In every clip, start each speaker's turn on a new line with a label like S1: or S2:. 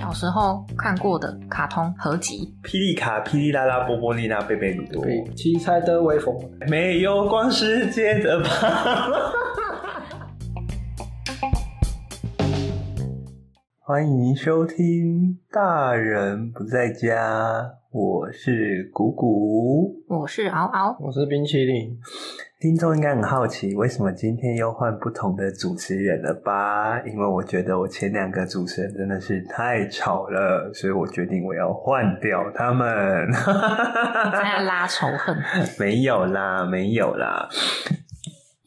S1: 小时候看过的卡通合集，
S2: 霹雳卡、霹雳拉拉、波波丽娜、贝贝鲁多，
S3: 对，奇才的威风，
S2: 没有逛世界的吧？ 欢迎收听《大人不在家》，我是谷谷。
S1: 我是敖敖，
S3: 我是冰淇淋，
S2: 听众应该很好奇，为什么今天又换不同的主持人了吧？因为我觉得我前两个主持人真的是太吵了，所以我决定我要换掉他们。
S1: 在那拉仇恨。
S2: 没有啦，没有啦。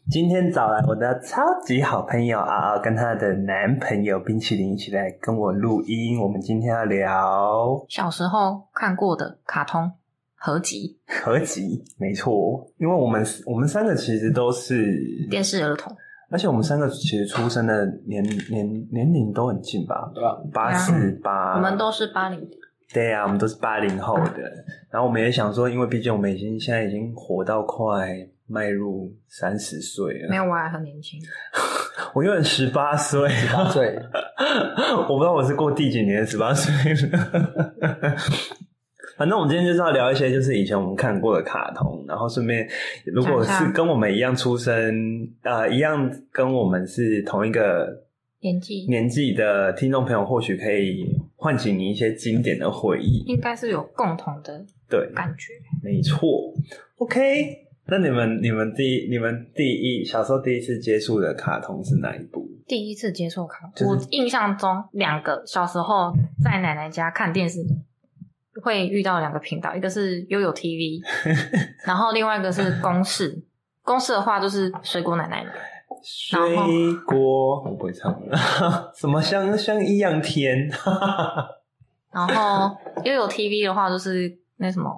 S2: 今天找来我的超级好朋友啊，跟她的男朋友冰淇淋一起来跟我录音。我们今天要聊
S1: 小时候看过的卡通合集，
S2: 合集，没错，因为我们我们三个其实都是
S1: 电视儿童，
S2: 而且我们三个其实出生的年年年龄都很近吧，
S3: 对 吧？
S2: 八四
S1: 嗯
S2: 八，
S1: 我们都是八零。
S2: 对啊，我们都是八零后的。然后我们也想说，因为毕竟我们已经现在已经活到快迈入三十岁了，
S1: 没有，我还很年轻。
S2: 我永远十八岁，啊
S3: 八岁，
S2: 我不知道我是过第几年十八岁了。反正我们今天就是要聊一些就是以前我们看过的卡通，然后顺便如果
S1: 想
S2: 是
S1: 象
S2: 跟我们一样出生，呃，一样跟我们是同一个
S1: 年纪
S2: 年纪的听众朋友，或许可以唤起你一些经典的回忆。
S1: 应该是有共同的
S2: 对，
S1: 感觉。
S2: 没错。OK，那你们你们第一你们第一小时候第一次接触的卡通是哪一部？
S1: 第一次接触卡通，
S2: 就是
S1: 我印象中两个小时候在奶奶家看电视会遇到两个频道，一个是悠悠 TV，然 后另外一个是公视。公视的话就是水果奶奶嘛，
S2: 水
S1: 后
S2: 果，我不会唱，什么像像一样甜，
S1: 然后悠悠 TV 的话就是那什么，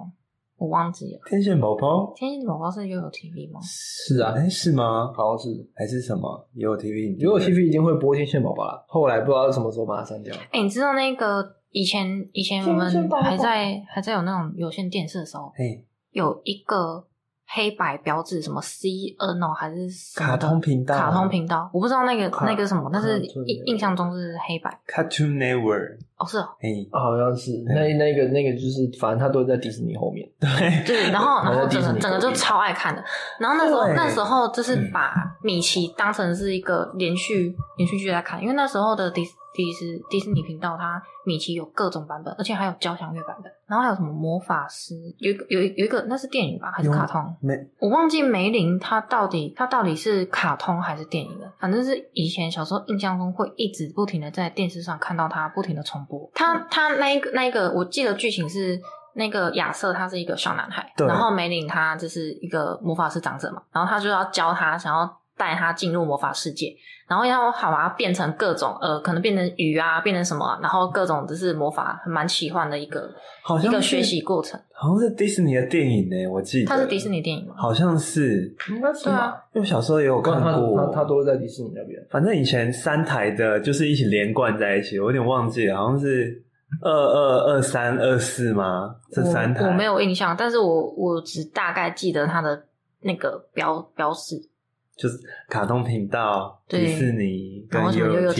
S1: 我忘记了。
S2: 天线宝宝
S1: 天线宝宝是悠悠 TV 吗？
S3: 是啊，
S2: 哎是吗？
S3: 好像是。
S2: 还是什么？也有 TV，
S3: 如果 TV 已经会播《天线宝宝》了，后来不知道是什么时候把它删掉。
S1: 哎、你知道那个以前以前我们还在还在有那种有线电视的时候，
S2: 哎，
S1: 有一个黑白标志，什么 CN 哦，还是什么
S2: 卡
S1: 的
S2: 通频道，啊
S1: 卡通频道，我不知道那个
S2: 卡
S1: 那个什么，但是
S3: 卡通
S1: 印印象中是黑白。
S2: ，Cartoon Network，
S1: 哦，是哦，
S2: 哎，
S3: 好像是那那个那个就是，反正他都在迪士尼后面。
S2: 对，
S1: 对， 然后
S3: 还
S1: 然
S3: 在
S1: 后
S3: 迪
S1: 整
S3: 士
S1: 个
S3: 尼
S1: 整个
S3: 国
S1: 就
S3: 立
S1: 超爱看的。然后那时候
S2: 对
S1: 那时候就是把米奇当成是一个连续连续剧来看，因为那时候的迪迪士迪士尼频道，它米奇有各种版本，而且还有交响乐版本，然后还有什么魔法师，有一个有一有一个那是电影吧还是
S2: 有
S1: 卡通？
S2: 没
S1: 我忘记梅林它到底它到底是卡通还是电影了，反正是以前小时候印象中会一直不停的在电视上看到它不停的重播。它
S2: 嗯
S1: 它那一个那一个，我记得剧情是那个亚瑟他是一个小男孩，
S2: 对
S1: 然后梅林他就是一个魔法师长者嘛，然后他就要教他，想要带他进入魔法世界，然后要好把它变成各种呃，可能变成鱼啊，变成什么啊、然后各种就是魔法，蛮奇幻的一个
S2: 好
S1: 一
S2: 像
S1: 个
S2: 是
S1: 学习，过程。
S2: 好像是迪士尼的电影呢，我记得
S1: 它是迪士，尼电影吗？
S2: 好像是，
S3: 应该是
S1: 对啊
S3: 吧？
S2: 因为我小时候也有
S3: 我看
S2: 看
S3: 他
S2: 过，
S3: 他他都在迪士尼那边。
S2: 反正以前三台的就是一起连贯在一起，我有点忘记了，好像是二二二三二四吗？这三台
S1: 我我没有印象，但是我我只大概记得它的那个标标识，
S2: 就是卡通频道、
S1: 对
S2: 迪士尼跟
S1: 然后什么悠悠
S2: TV。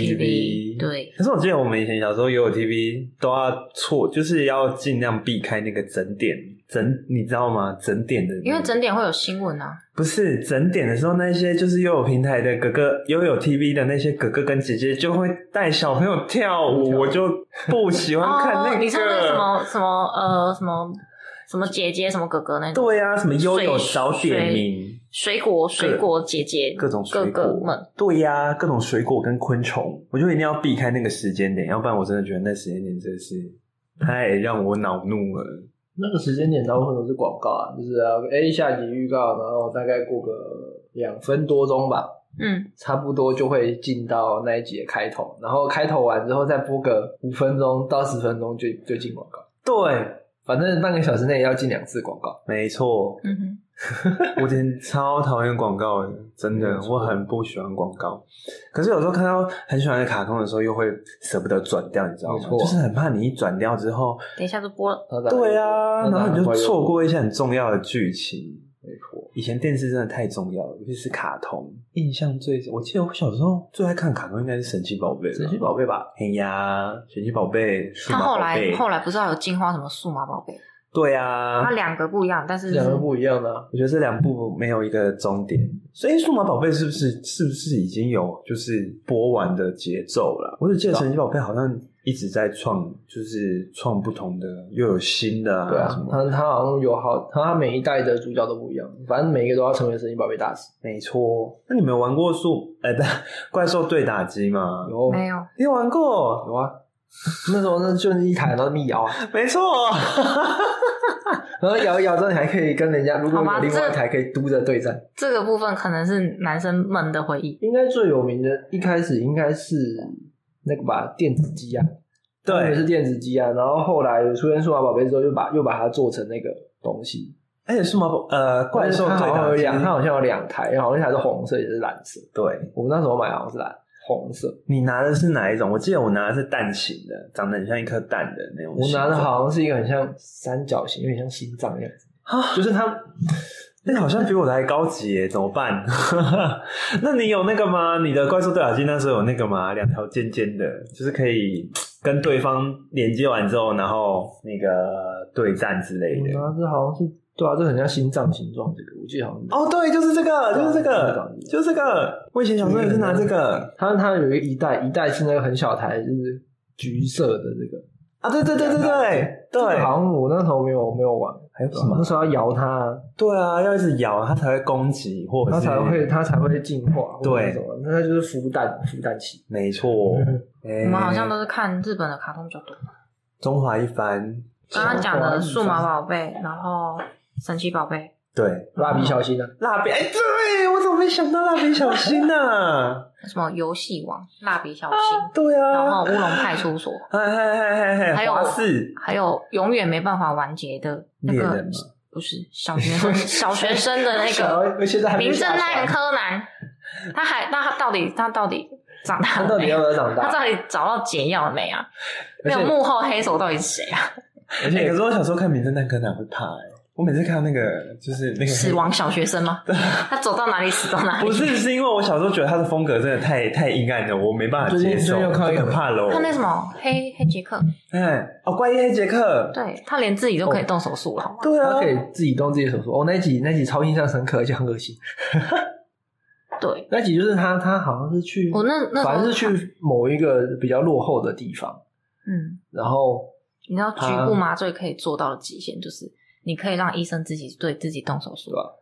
S1: TV，。对，
S2: 可是我记得我们以前小时候悠悠 TV 都要错，就是要尽量避开那个整点整，你知道吗？整点的那个，
S1: 因为整点会有新闻啊，
S2: 不是整点的时候，那些就是悠悠平台的哥哥、悠悠 TV 的那些哥哥跟姐姐就会带小朋友 跳舞，
S3: 跳舞
S2: 我就不喜欢看那个。
S1: 哦，你说那个什么什么呃什么什么姐姐什么哥哥那种，
S2: 对呀、什么悠悠
S1: 水
S2: 早点名，
S1: 水果水果姐姐
S2: 各种
S1: 哥
S2: 水果
S1: 哥们，
S2: 对呀、各种水果跟昆虫，我就一定要避开那个时间点，要不然我真的觉得那时间点真的是太让我恼怒了。
S3: 那个时间点大部分都是广告啊，就是啊，哎，下集预告，然后大概过个两分多钟吧，
S1: 嗯，
S3: 差不多就会进到那一集的开头，然后开头完之后再播个五分钟到十分钟就就进广告，
S2: 对，
S3: 反正半个小时内要进两次广告。
S2: 没错，
S1: 嗯哼，
S2: 我真的超讨厌广告的，真的
S3: 没，错
S2: 我很不喜欢广告。可是有时候看到很喜欢的卡通的时候，又会舍不得转掉，你知道吗
S3: 没？错
S2: 就是很怕你一转掉之后，
S1: 等一下就播了，
S3: 然后再来
S2: 对
S3: 一
S2: 啊，
S3: 部
S2: 然后你就错，
S3: 再来一部
S2: 过一些很重要的剧情。
S3: 没错，
S2: 以前电视真的太重要了，尤其是卡通。印象最，我记得我小时候最爱看卡通应该是神奇宝贝吧。
S3: 神奇宝贝吧，
S2: 哎呀，神奇宝贝，数
S1: 他
S2: 码
S1: 后
S2: 宝
S1: 来
S2: 贝，
S1: 后来不是还有进化什么数码宝贝？
S2: 对啊，
S1: 它两个不一样，但是
S3: 两个不一样的啊。
S2: 我觉得这两部没有一个终点，所以数码宝贝是不是是不是已经有就是播完的节奏了？我只记得神奇宝贝好像一直在创，就是创不同的，又有新的
S3: 对
S2: 啊什
S3: 啊，
S2: 么。
S3: 他他好像有好，他每一代的主角都不一样，反正每一个都要成为神奇宝贝大师。
S2: 没错，那你们有玩过数 呃不怪兽对打机吗？
S3: 有
S1: 没有
S2: 你有玩过？
S3: 有啊，那时候那就是一台，然后那么 摇啊，
S2: 没错，
S3: 然后摇一摇之后，你还可以跟人家，如果
S1: 好吧
S3: 有另外
S1: 这
S3: 一台可以嘟着对战。
S1: 这个部分可能是男生们的回忆。
S3: 应该最有名的，一开始应该是那个吧，电子鸡啊，特别是
S2: 对，
S3: 电子鸡啊，然后后来有出现数码宝贝之后，又把又把它做成那个东西。
S2: 而且数码宝呃怪兽
S3: 它
S2: 对
S3: 好像有
S2: 打机，
S3: 两，它好像有两台，好像一台是红色，也是蓝色。
S2: 对
S3: 我们那时候买好像是蓝红色，
S2: 你拿的是哪一种？我记得我拿的是蛋形的，长得很像一颗蛋的那种
S3: 我
S2: 形状。
S3: 拿的好像是一个很像三角形，有点像心脏的样子，
S2: 啊
S3: 就是它
S2: 那哎好像比我的还高级耶，怎么办？ 那你有那个吗？你的怪兽对打机那时候有那个吗？两条尖尖的，就是可以跟对方连接完之后，然后那个对战之类
S3: 我
S2: 的。
S3: 拿的好像是对啊，这很像心脏形状，这个我记得好像是。
S2: 哦，对，就是这个，
S3: 对啊
S2: 就是这
S3: 知道
S2: 个，
S3: 知道
S2: 就是这个。我以前小时候也是拿这个
S3: 它它有一个一代，一代是那个很小台，就是橘色的这个。
S2: 啊，对对对对对对
S3: 这个好像我那时候没有没有玩，
S2: 还有
S3: 对
S2: 什
S3: 吧
S2: 么
S3: 那？时候要摇它，
S2: 对啊，要一直咬它才会攻击，或者
S3: 它
S2: 是
S3: 才会。它才会进化，
S2: 对
S3: 或者什么？那它就是孵蛋孵蛋器。
S2: 没错，
S3: 嗯
S2: 我
S1: 我们好像都是看日本的卡通比较多。
S2: 中华一番，
S1: 刚刚讲的数码宝贝，然后神奇宝贝，
S2: 对
S3: 蜡笔小新啊，
S2: 蜡笔，哎、对我怎么没想到蜡笔小新呢、
S1: 什么游戏王、蜡笔小新，
S2: 对啊，
S1: 然后
S3: 嗯
S1: 乌龙派出所，
S2: 嗨嗨嗨嗨
S1: 还
S2: 嗨，
S1: 有
S2: 华视
S1: 还有永远没办法完结的那
S2: 猎
S1: 个
S2: 人，嘛，
S1: 不是小学 生小学生的那
S3: 小
S1: 个
S3: 现在还没
S1: 名侦
S3: 下船
S1: 探柯南，他还那他到底他到底长大
S3: 它
S1: 了
S3: 到
S1: 没
S3: 底要
S1: 啊？
S3: 不要长
S1: 他
S3: 大？
S1: 到底找到解药了没啊？
S3: 而
S1: 没有
S3: 且
S1: 幕后黑手到底是谁 啊？
S3: 而
S2: 哎、
S3: 且
S2: 可是我小时候看《名侦探柯南》会怕、哎，我每次看到那个就是那个
S1: 死亡小学生 吗？他走到哪里死到哪里
S2: 不。是，是因为我小时候觉得他的风格真的太太阴暗了，我没办法
S3: 最近
S2: 接受，
S3: 最近又看到一个
S2: 很怕喽。
S1: 他那什么黑黑杰克，
S2: 哎，哦，怪医黑杰克，
S1: 对他连自己都可以
S3: 哦
S1: 动手术了，好吗？
S2: 对啊
S3: 它可以自己动自己的手术。哦，那一集那一集超印象深刻，而且很恶心。
S1: 对
S3: 那集就是他，他好像是去，
S1: 我哦那那时候
S3: 反正是去某一个比较落后的地方，
S1: 嗯，
S3: 然后
S1: 你知道局
S2: 他
S3: 啊
S1: 部麻醉可以做到的极限，就是你可以让医生自己对自己动手术
S3: 对。吧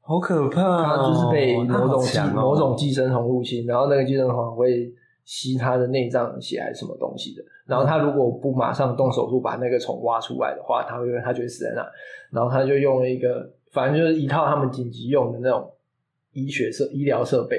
S2: 好可怕、
S3: 他
S2: 哦！
S3: 就是被
S2: 他好
S3: 某种寄、
S2: 强哦
S3: 某种寄生虫入侵，然后那个寄生虫会吸他的内脏的血还是什么东西的。然后他如果不马上动手术把那个虫挖出来的话，他会他就会死在那。然后他就用了一个，反正就是一套他们紧急用的那种医学设医疗设备，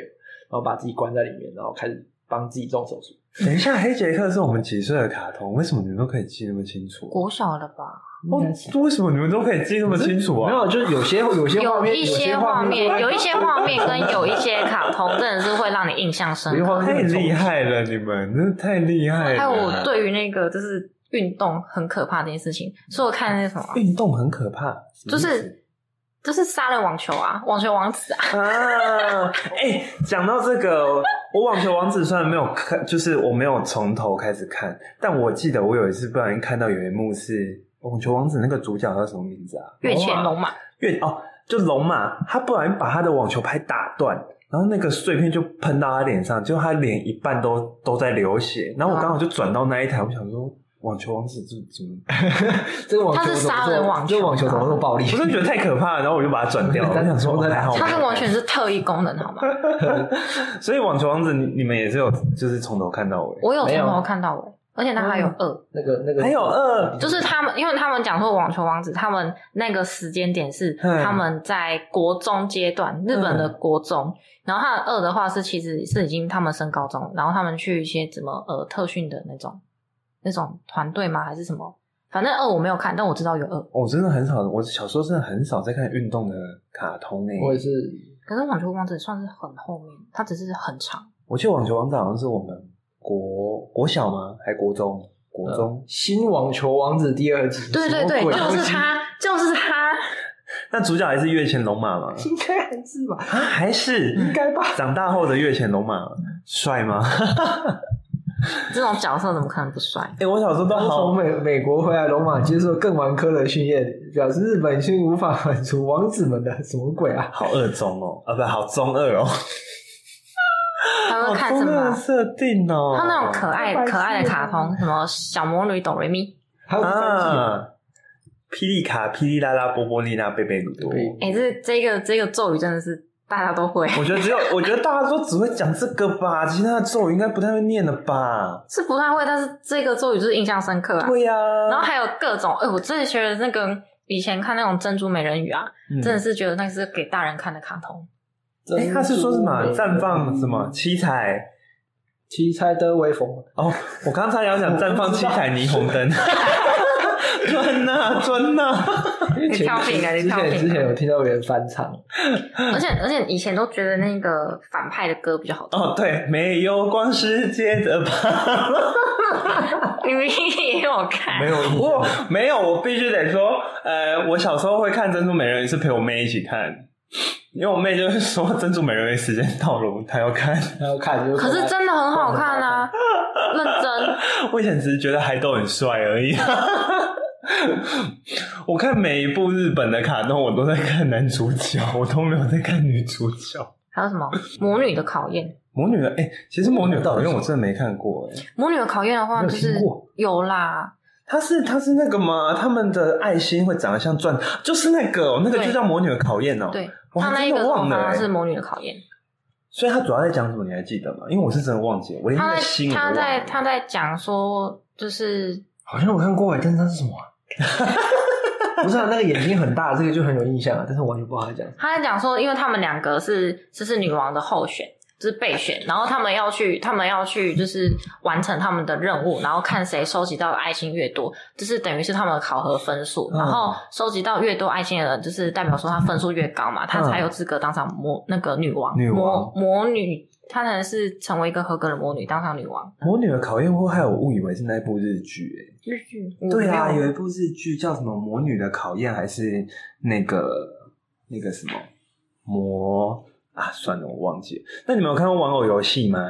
S3: 然后把自己关在里面，然后开始帮自己动手术。
S2: 等一下，黑杰克是我们几岁的卡通？为什么你们都可以记那么清楚、啊
S1: 国小了吧？
S2: 哦
S3: 应该是，
S2: 为什么你们都可以记那么清楚啊？
S3: 没有，就是有 些有些画
S1: 有
S3: 面，
S1: 一
S3: 些
S1: 些
S3: 画
S1: 画 面，有一些画面跟有一些卡通，真的是会让你印象深
S3: 有一些画
S1: 刻。
S3: 面
S2: 太厉害了，你们真的太厉害了。
S1: 还有我对于那个就是运动很可怕这件事情，所以我看那什么啊，
S2: 运动很可怕，什么
S1: 就
S2: 意思
S1: 是就是杀人网球啊，网球王子啊，
S2: 啊，哎、讲到这个，我网球王子虽然没有看，就是我没有从头开始看，但我记得我有一次不小心看到有一幕是网球王子那个主角叫什么名字啊？
S1: 月前龙马，
S2: 月哦，就龙马，他不小心把他的网球拍打断，然后那个碎片就喷到他脸上，就他脸一半都都在流血，然后我刚好就转到那一台，我想说。网球王子这怎么？
S3: 这个网球
S1: 他是
S3: 怎么
S1: 杀人
S3: 这么
S1: 网球
S3: 这个网球怎么那么暴力？
S2: 我真的觉得太可怕了，然后我就把它转掉了。我想说，哦还好没有
S1: 他是完全是特异功能，好吗？
S2: 所以网球王子，你你们也是有就是从头看到尾。
S1: 我有
S3: 没
S1: 从
S3: 有
S1: 头看到尾，而且他还有
S3: 嗯
S1: 二，
S3: 那个那个
S2: 还有二
S1: 就是他们，因为他们讲说网球王子，他们那个时间点是
S2: 嗯
S1: 他们在国中阶段，日本的国中。然后他的二的话是其实是已经他们升高中，然后他们去一些什么呃特训的那种那种团队吗？还是什么？反正二我没有看，但我知道有二。
S2: 我真的很少，我小时候真的很少在看运动的卡通欸诶、
S3: 我
S2: 我
S3: 也是
S1: 可是网球王子算是很后面，它只是很长。
S2: 记得网球王子好像是我们国国小吗？还国中？国中、
S3: 新网球王子第二集，
S1: 对对对，
S3: 什么鬼
S1: 就
S3: 东
S1: 是
S3: 西
S1: 他，就是他。
S2: 那主角还是月前龙马吗？
S3: 应该还是吧，
S2: 啊，还
S3: 应
S2: 是
S3: 该吧。
S2: 长大后的月前龙马帅吗？
S1: 这种角色怎么可能不帅？
S2: 哎、我小时候都
S3: 刚从
S2: 好
S3: 美美国回来，罗马接受更严苛的训练，表示日本军无法满足王子们的什么鬼啊？
S2: 好二中哦，啊，不，好中二哦，
S1: 他
S2: 好
S1: 会看什
S2: 中二
S1: 么？
S2: 设定哦，
S1: 他那种可
S3: 太白
S1: 爱
S3: 痴
S1: 可爱的
S3: 了
S1: 卡通，什么小魔女哆瑞咪，
S3: 还有第三季啊，
S2: 啊，霹雳卡、霹雳拉拉、波波丽娜、贝贝鲁多。
S3: 对
S1: 哎、这这个这个咒语真的是大家都会，
S2: 我觉得 只有，我觉得大家都只会讲这个吧，其他的咒语应该不太会念了吧？
S1: 是不太会，但是这个咒语就是印象深刻啊。
S2: 对呀、
S1: 然后还有各种，哎、我真的觉得那个以前看那种珍珠美人鱼啊，
S2: 嗯
S1: 真的是觉得那是给大人看的卡通。
S2: 哎、他是说什么绽放什么
S3: 嗯
S2: 七彩？
S3: 七彩的微风，
S2: 哦，我刚才要 讲绽放七彩霓虹灯。 真呐，真呐！
S3: 因为前
S1: 跳饼啊你
S3: 之
S1: 跳饼
S3: 前之前有听到有人翻唱，
S1: 而且而且以前都觉得那个反派的歌比较好听，
S2: 哦，对，没有光世界的吧？哦
S1: 你们也有看？
S3: 有
S2: 我 没有，我必须得说，呃，我小时候会看《珍珠美人鱼》是陪我妹一起看，因为我妹就是说《珍珠美人鱼》时间到了，她要看。
S3: 然后看就
S1: 可是真的很好看啊，认真。
S2: 我以前只是觉得海斗很帅而已。 我看每一部日本的卡通，我都在看男主角，我都没有在看女主角。
S1: 还有什么《魔女的考验》？
S2: 魔女的哎、其实魔女的导演我真的没看过哎、
S1: 《魔女的考验》的话，
S2: 没
S1: 就
S2: 有听
S1: 是
S2: 过
S1: 有啦，
S2: 她是她是那个吗？他们的爱心会长得像钻，就是那个、哦，那个
S1: 对
S2: 就叫魔女的考验哦、
S1: 对，
S2: 我
S1: 他
S2: 还
S1: 那一
S2: 真
S1: 个
S2: 的忘
S1: 动
S2: 了、
S1: 画
S2: 哎
S1: 是《魔女的考验》，
S2: 所以他主要在讲什么？你还记得吗？因为我是真的忘记了，我连
S1: 他
S2: 那
S1: 在
S2: 个新闻都
S1: 他
S2: 忘了
S1: 在他在讲说，就是
S3: 好像我看过哎，但是它是什么啊？ 不是啊，那个眼睛很大，这个就很有印象啊，但是我完全不知道他讲什么。
S1: 他在讲说，因为他们两个是这是女王的候选，就是备选，然后他们要去，他们要去就是完成他们的任务，然后看谁收集到的爱心越多，就是等于是他们的考核分数，
S2: 嗯
S1: 然后收集到越多爱心的人，就是代表说他分数越高嘛，他才有资格当上魔那个女王，
S2: 嗯女王
S1: 魔魔女，她才能是成为一个合格的魔女，当上女王。
S2: 魔女的考验会害我误以为是那一部日剧、
S1: 日剧
S2: 哎，对啊，有一部日剧叫什么《魔女的考验》，还是那个那个什么魔啊？算了，我忘记了。那你们有看过玩偶游戏吗？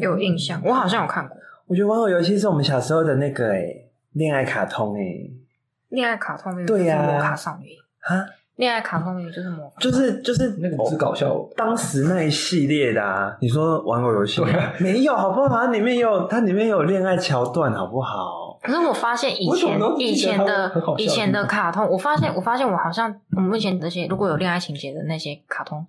S1: 有印象，我好像有看过
S2: 我觉得玩偶游戏是我们小时候的那个哎、恋爱卡通哎、
S1: 恋爱卡通，
S2: 对呀
S1: 就是魔卡少女，
S2: 啊，
S1: 恋爱卡通里就是魔法。
S2: 就是就是
S3: 那个不是搞笑哦，
S2: 当时那一系列的啊，你说玩偶游戏吗
S3: 对啊
S2: 没有好不好？它里面有它里面有恋爱桥段好不好？
S1: 可是我发现以
S3: 我怎么
S1: 前
S3: 都记得
S1: 以前
S3: 它很
S1: 的
S3: 好笑
S1: 以前的卡通，我发现我发现我好像我们以前那些如果有恋爱情节的那些卡通，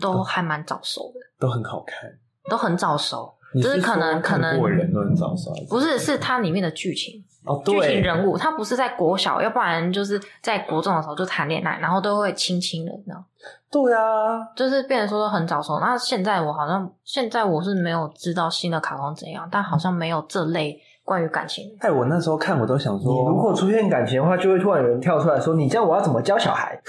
S1: 都还蛮早熟的，
S2: 都很好看。
S1: 都很早熟。
S2: 你
S1: 就是
S2: 是
S1: 可能
S2: 说
S1: 可能
S2: 看过人都很早熟，
S1: 不是，是它里面的剧情，
S2: 哦，
S1: 剧情
S2: 对，
S1: 人物，它不是在国小，要不然就是在国中的时候就谈恋爱，然后都会亲亲了，你知道吗，
S2: 对啊，
S1: 就是变成说很早熟。那现在我好像现在我是没有知道新的卡通怎样，但好像没有这类关于感情
S2: 哎，我那时候看我都想
S3: 你
S2: 说，
S3: 如果出现感情的话，就会突然有人跳出来说：“你这样我要怎么教小孩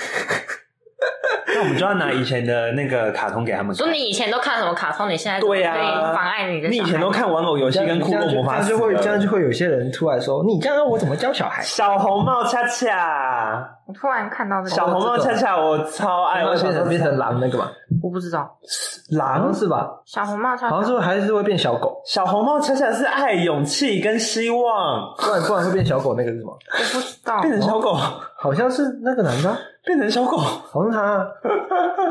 S2: 那我们就要拿以前的那个卡通给他们
S1: 所
S2: 看
S1: 以。你以前都看什么卡通？你现在怎么
S2: 对呀、
S1: 可以妨碍你的小孩？
S2: 你以前都看玩偶游？”戏
S3: 这样
S2: 跟
S3: 这
S2: 库洛
S3: 样就
S2: 魔法
S3: 这
S2: 使
S3: 样就会
S2: 了
S3: 这样就会有些人突然说：“你这样让我怎么教小孩
S2: 小红帽恰恰，
S1: 我突然看到这个，
S2: 小红帽恰恰我超？” 爱，
S3: 然后
S2: 哎我小
S3: 变
S2: 时候
S3: 成变成狼那个嘛，
S1: 我不知道
S3: 好
S2: 狼
S3: 像是吧？
S1: 小红帽它
S3: 好像是还是会变小狗，
S2: 小红帽恰恰是爱、勇气跟希望，
S3: 不然不然会变小狗那个是什么？
S1: 我不知道，
S2: 变成小狗，
S3: 好像是那个男的啊，
S2: 变成小狗。
S3: 好像是他啊。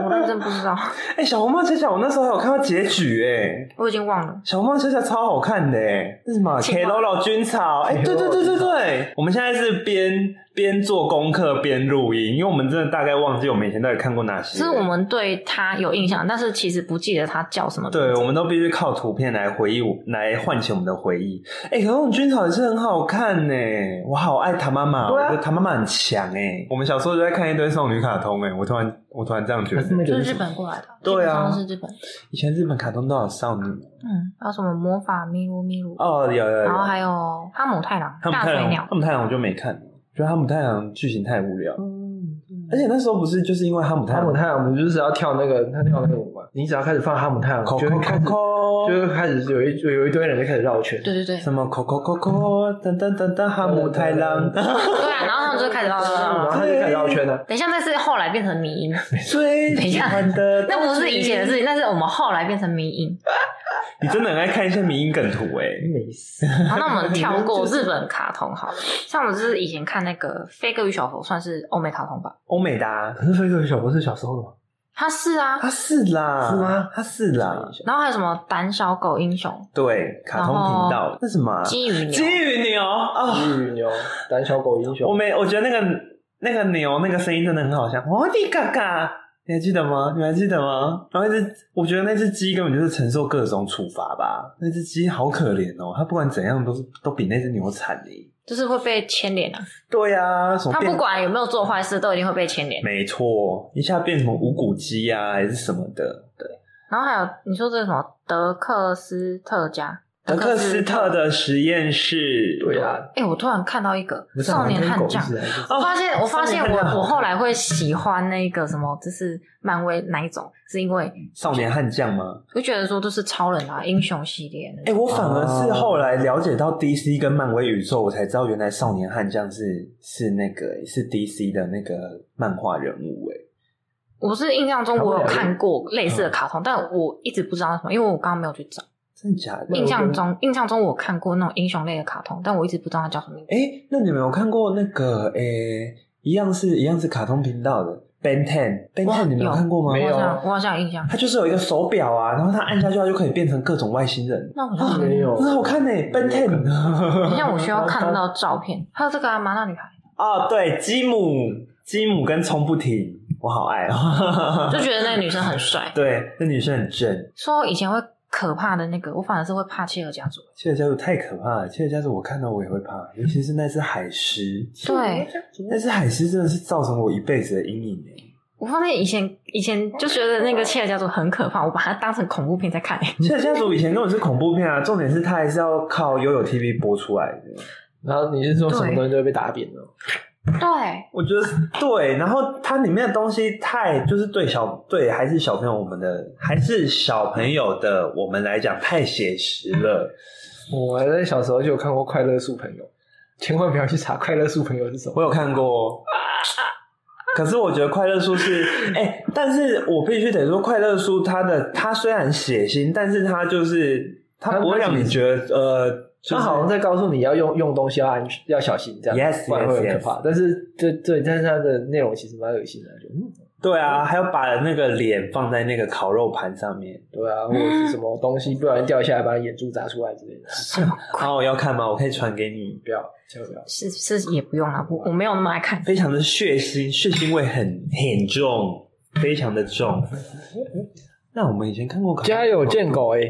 S1: 我认真不知道，
S2: 哎、小红帽恰恰，我那时候还有看到结局哎、
S1: 我已经忘了。
S2: 小红帽恰恰超好看的哎，是什么？
S1: 青蛙
S2: 铁楼老军草，哎、对对对对对，我们现在是边边做功课边录音，因为我们真的大概忘记我们以前到底看过哪些。
S1: 是我们对它有印象，但是其实不记得它叫什么。
S2: 对，我们都必须靠图片来回忆我，来唤起我们的回忆。哎、可是我们军草也是很好看呢，我好爱唐妈妈，
S3: 对啊
S2: 我觉得唐妈妈很强哎。我们小时候就在看一堆少女卡通哎，我突然我突然这样觉
S3: 还
S2: 得
S3: 是，那
S1: 就
S3: 个
S1: 是
S3: 什
S1: 日
S3: 么
S1: 本过来的，
S2: 对啊
S1: 基本上是日本。
S2: 以前日本卡通都有少女
S1: 嗯，还有什么魔法咪噜咪噜，
S2: 哦，有有有，
S1: 然后还有哈姆太郎、
S2: 他们
S1: 大
S2: 太
S1: 嘴
S2: 阳，
S1: 鸟
S2: 他。们太阳我就没看，觉得他们太阳剧情太无聊。
S3: 嗯，嗯
S2: 而且那时候不是就是因为哈姆太
S3: 哈姆
S2: 郎，
S3: 太郎，我们就是要跳那个他跳那个舞嘛，你只要开始放哈姆太郎，
S2: 扣
S3: 就会
S2: 扣
S3: 开始
S2: 扣扣，
S3: 就会开始有一有一堆人就开始绕圈，
S1: 对对 对，
S2: 什么扣扣扣扣，噔噔噔噔，哈姆太郎，
S1: 对啊，然后他们就开始绕绕绕
S3: 然
S1: 绕
S3: 后
S1: 绕。
S3: 他就开始绕圈了。
S1: 哦等一下，那是后来变成迷 音，
S2: 最
S1: 等一
S2: 喜
S1: 下
S2: 欢的，
S1: 那不是以前的事情，那是我们后来变成迷音。
S2: 你真的很爱看一些迷因梗图哎、
S3: 没事，
S1: 好，那 我们跳过日本卡通好了，像我们就是以前看那个《飞哥与小佛》，算是欧美卡通吧？
S2: 欧美的、啊，
S3: 可是飞哥与小佛是小时候的吗？
S1: 他是啊，
S2: 他是啦，
S3: 是吗
S2: 他是啦，
S1: 然后还有什么胆小狗英雄、
S2: 对，卡通频道，那什么啊、
S1: 鸡与
S2: 金
S1: 牛，
S2: 鱼牛啊、
S3: 金鱼牛、胆小狗英
S2: 我
S3: 雄，
S2: 没，我觉得那个那个牛那个声音真的很好笑，我的嘎嘎。你还记得吗？你还记得吗？然后那只，我觉得那只鸡根本就是承受各种处罚吧。那只鸡好可怜哦，它不管怎样都是都比那只牛惨呢。
S1: 就是会被牵连啊。
S2: 对呀、什么
S1: 他
S2: 变
S1: 不管有没有做坏事，都一定会被牵连。
S2: 没错，一下变什么无骨鸡呀、还是什么的。
S1: 然后还有你说这个什么德克斯特家，
S2: 德克斯特
S1: 德克斯特。
S2: 的实验室，
S3: 对啊，
S1: 哎、我突然看到一个
S3: 不是
S1: 少年悍将。
S3: 哦，
S1: 我发现，我发现
S2: 少年
S1: 我
S2: 悍将
S1: 我后来会喜欢那个什么，就是漫威哪一种，是因为
S2: 少年悍将吗？
S1: 我就觉得说都是超人啊，英雄系列那
S2: 哎、
S1: 种。
S2: 我反而
S3: 哦
S2: 是后来了解到 DC 跟漫威宇宙，我才知道原来少年悍将是是那个是 DC 的那个漫画人物、哎，
S1: 我是印象中我有看过类似的卡通，但我一直不知道什么，因为我刚刚没有去找。
S2: 真的假的？
S1: 印象中，印象中我看过那种英雄类的卡通，但我一直不知道它叫什么名字。
S2: 哎、那你们有看过那个哎、一样是一样是卡通频道的 Ben Ten Ben
S1: 哇
S2: Ten，你们有看过吗？
S1: 我
S3: 没有
S1: 好像我好像有印象。
S2: 它就是有一个手表啊，然后它按下去，它就可以变成各种外星人，
S1: 那我好像
S3: 没有
S2: 很好看呢、Ben 欸 Ten，
S1: 等一下我需要看到照片。还有这个啊，麻辣女孩，
S2: 哦，对，吉姆，吉姆跟冲不停，我好爱哦。
S1: 就觉得那个女生很帅。
S2: 对，那女生很正。
S1: 说我以前会可怕的那个，我反而是会怕切尔家族。
S2: 切尔家族太可怕了，切尔家族我看到我也会怕，尤其是那只海狮，
S1: 对，
S2: 那只海狮真的是造成我一辈子的阴影欸诶。
S1: 我发现以前以前就觉得那个切尔家族很可怕，我把它当成恐怖片在看、
S2: 切尔家族以前根本是恐怖片啊，重点是它还是要靠悠悠 TV 播出来的。
S3: 然后你是说什么东西都会被打扁的？
S1: 对，
S2: 我觉得是对，然后它里面的东西太就是对小对还是小朋友我们的还是小朋友的我们来讲太写实了。
S3: 我还在小时候就有看过《快乐树朋友》，千万不要去查《快乐树朋友》是什 么。
S2: 我有看过，可是我觉得快乐 树是哎、但是我必须得说，快乐树它的它虽然血腥，但是它就是它不会让你觉得呃，就是
S3: 他好像在告诉你要用用东西要安 全，要小心这样
S2: Yes,
S3: 不然会
S2: yes,
S3: 很可怕。但是对对，但是它的内容其实蛮恶心的，就嗯，
S2: 对啊，还有把那个脸放在那个烤肉盘上面。
S3: 对啊，或者是什么东西不小心掉下来，把你眼珠砸出来之类的，
S1: 什么鬼？
S2: 啊，我要看吗？我可以传给你。
S3: 不要，千万不要。
S1: 是是也不用了，我我没有那么爱看。
S2: 非常的血腥，血腥味很很重，非常的重。那我们以前看过卡
S3: 家有贱狗哎、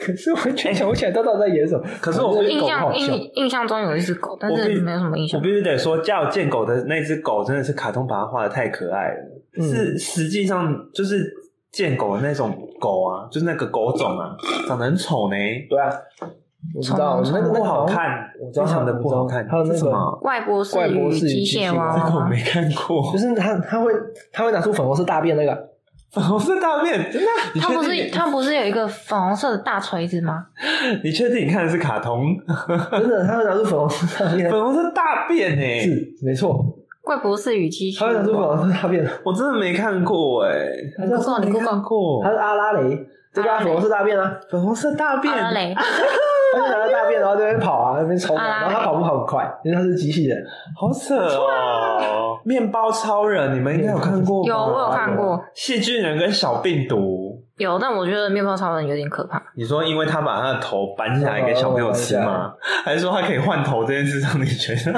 S3: 可是我全想不起来他到底在演什么。
S2: 可是我
S3: 觉得
S1: 印
S3: 狗很
S1: 象
S3: 好笑，
S1: 印印象中有一只狗，但
S2: 我必
S1: 是没有什么印
S2: 我
S1: 象
S2: 必。须得说，家有贱狗的那只狗真的是卡通把它画的太可爱了，
S3: 嗯
S2: 是实际上就是贱狗的那种狗啊，就是那个狗种啊，长得很丑呢，
S3: 对啊，我知道
S1: 从
S3: 那个那个
S2: 不好
S3: 像
S2: 看，
S3: 哦我知
S2: 非
S3: 道
S2: 常的不好看。
S3: 还有那
S2: 这
S3: 个
S2: 什么？
S1: 外博士
S3: 怪博
S1: 与
S3: 士与
S1: 机
S3: 机
S1: 械
S3: 械
S2: 这
S1: 猫
S2: 个我没看过
S3: 就。是他他会他会拿出粉红色大便那个，
S2: 我是大便，真的？你
S1: 它
S2: 确
S1: 不是
S2: 定
S1: 它不是有一个粉红色的大锤子吗？
S2: 你确定你看的是卡通？
S3: 真的他会拿出粉红色大便
S2: 粉，红色大便呢、
S3: 是没错，
S1: 怪博士与机
S3: 他会拿
S1: 械
S3: 出粉
S1: 猫，
S3: 红色大便，
S2: 我真的没看过哎、
S3: 你 Google，
S1: 你
S2: 没
S1: Google
S2: 看过
S3: 他是阿拉蕾，这个粉红色大便啊，
S2: 粉红色大便
S1: 阿，拉蕾，
S3: 他就拿着大便然后在那边跑啊，那边冲
S1: 阿
S3: 啊，
S1: 拉蕾
S3: 然后他跑步跑很快，因为他是机器人，
S2: 好扯哦！面包超人，你们应该有看过吧？
S1: 有我有看过，
S2: 细菌人跟小病毒。
S1: 有，但我觉得面包超人有点可怕。
S2: 你说，因为他把他的头搬下来给小朋友吃吗？还是说他可以换头这件事让你 觉得？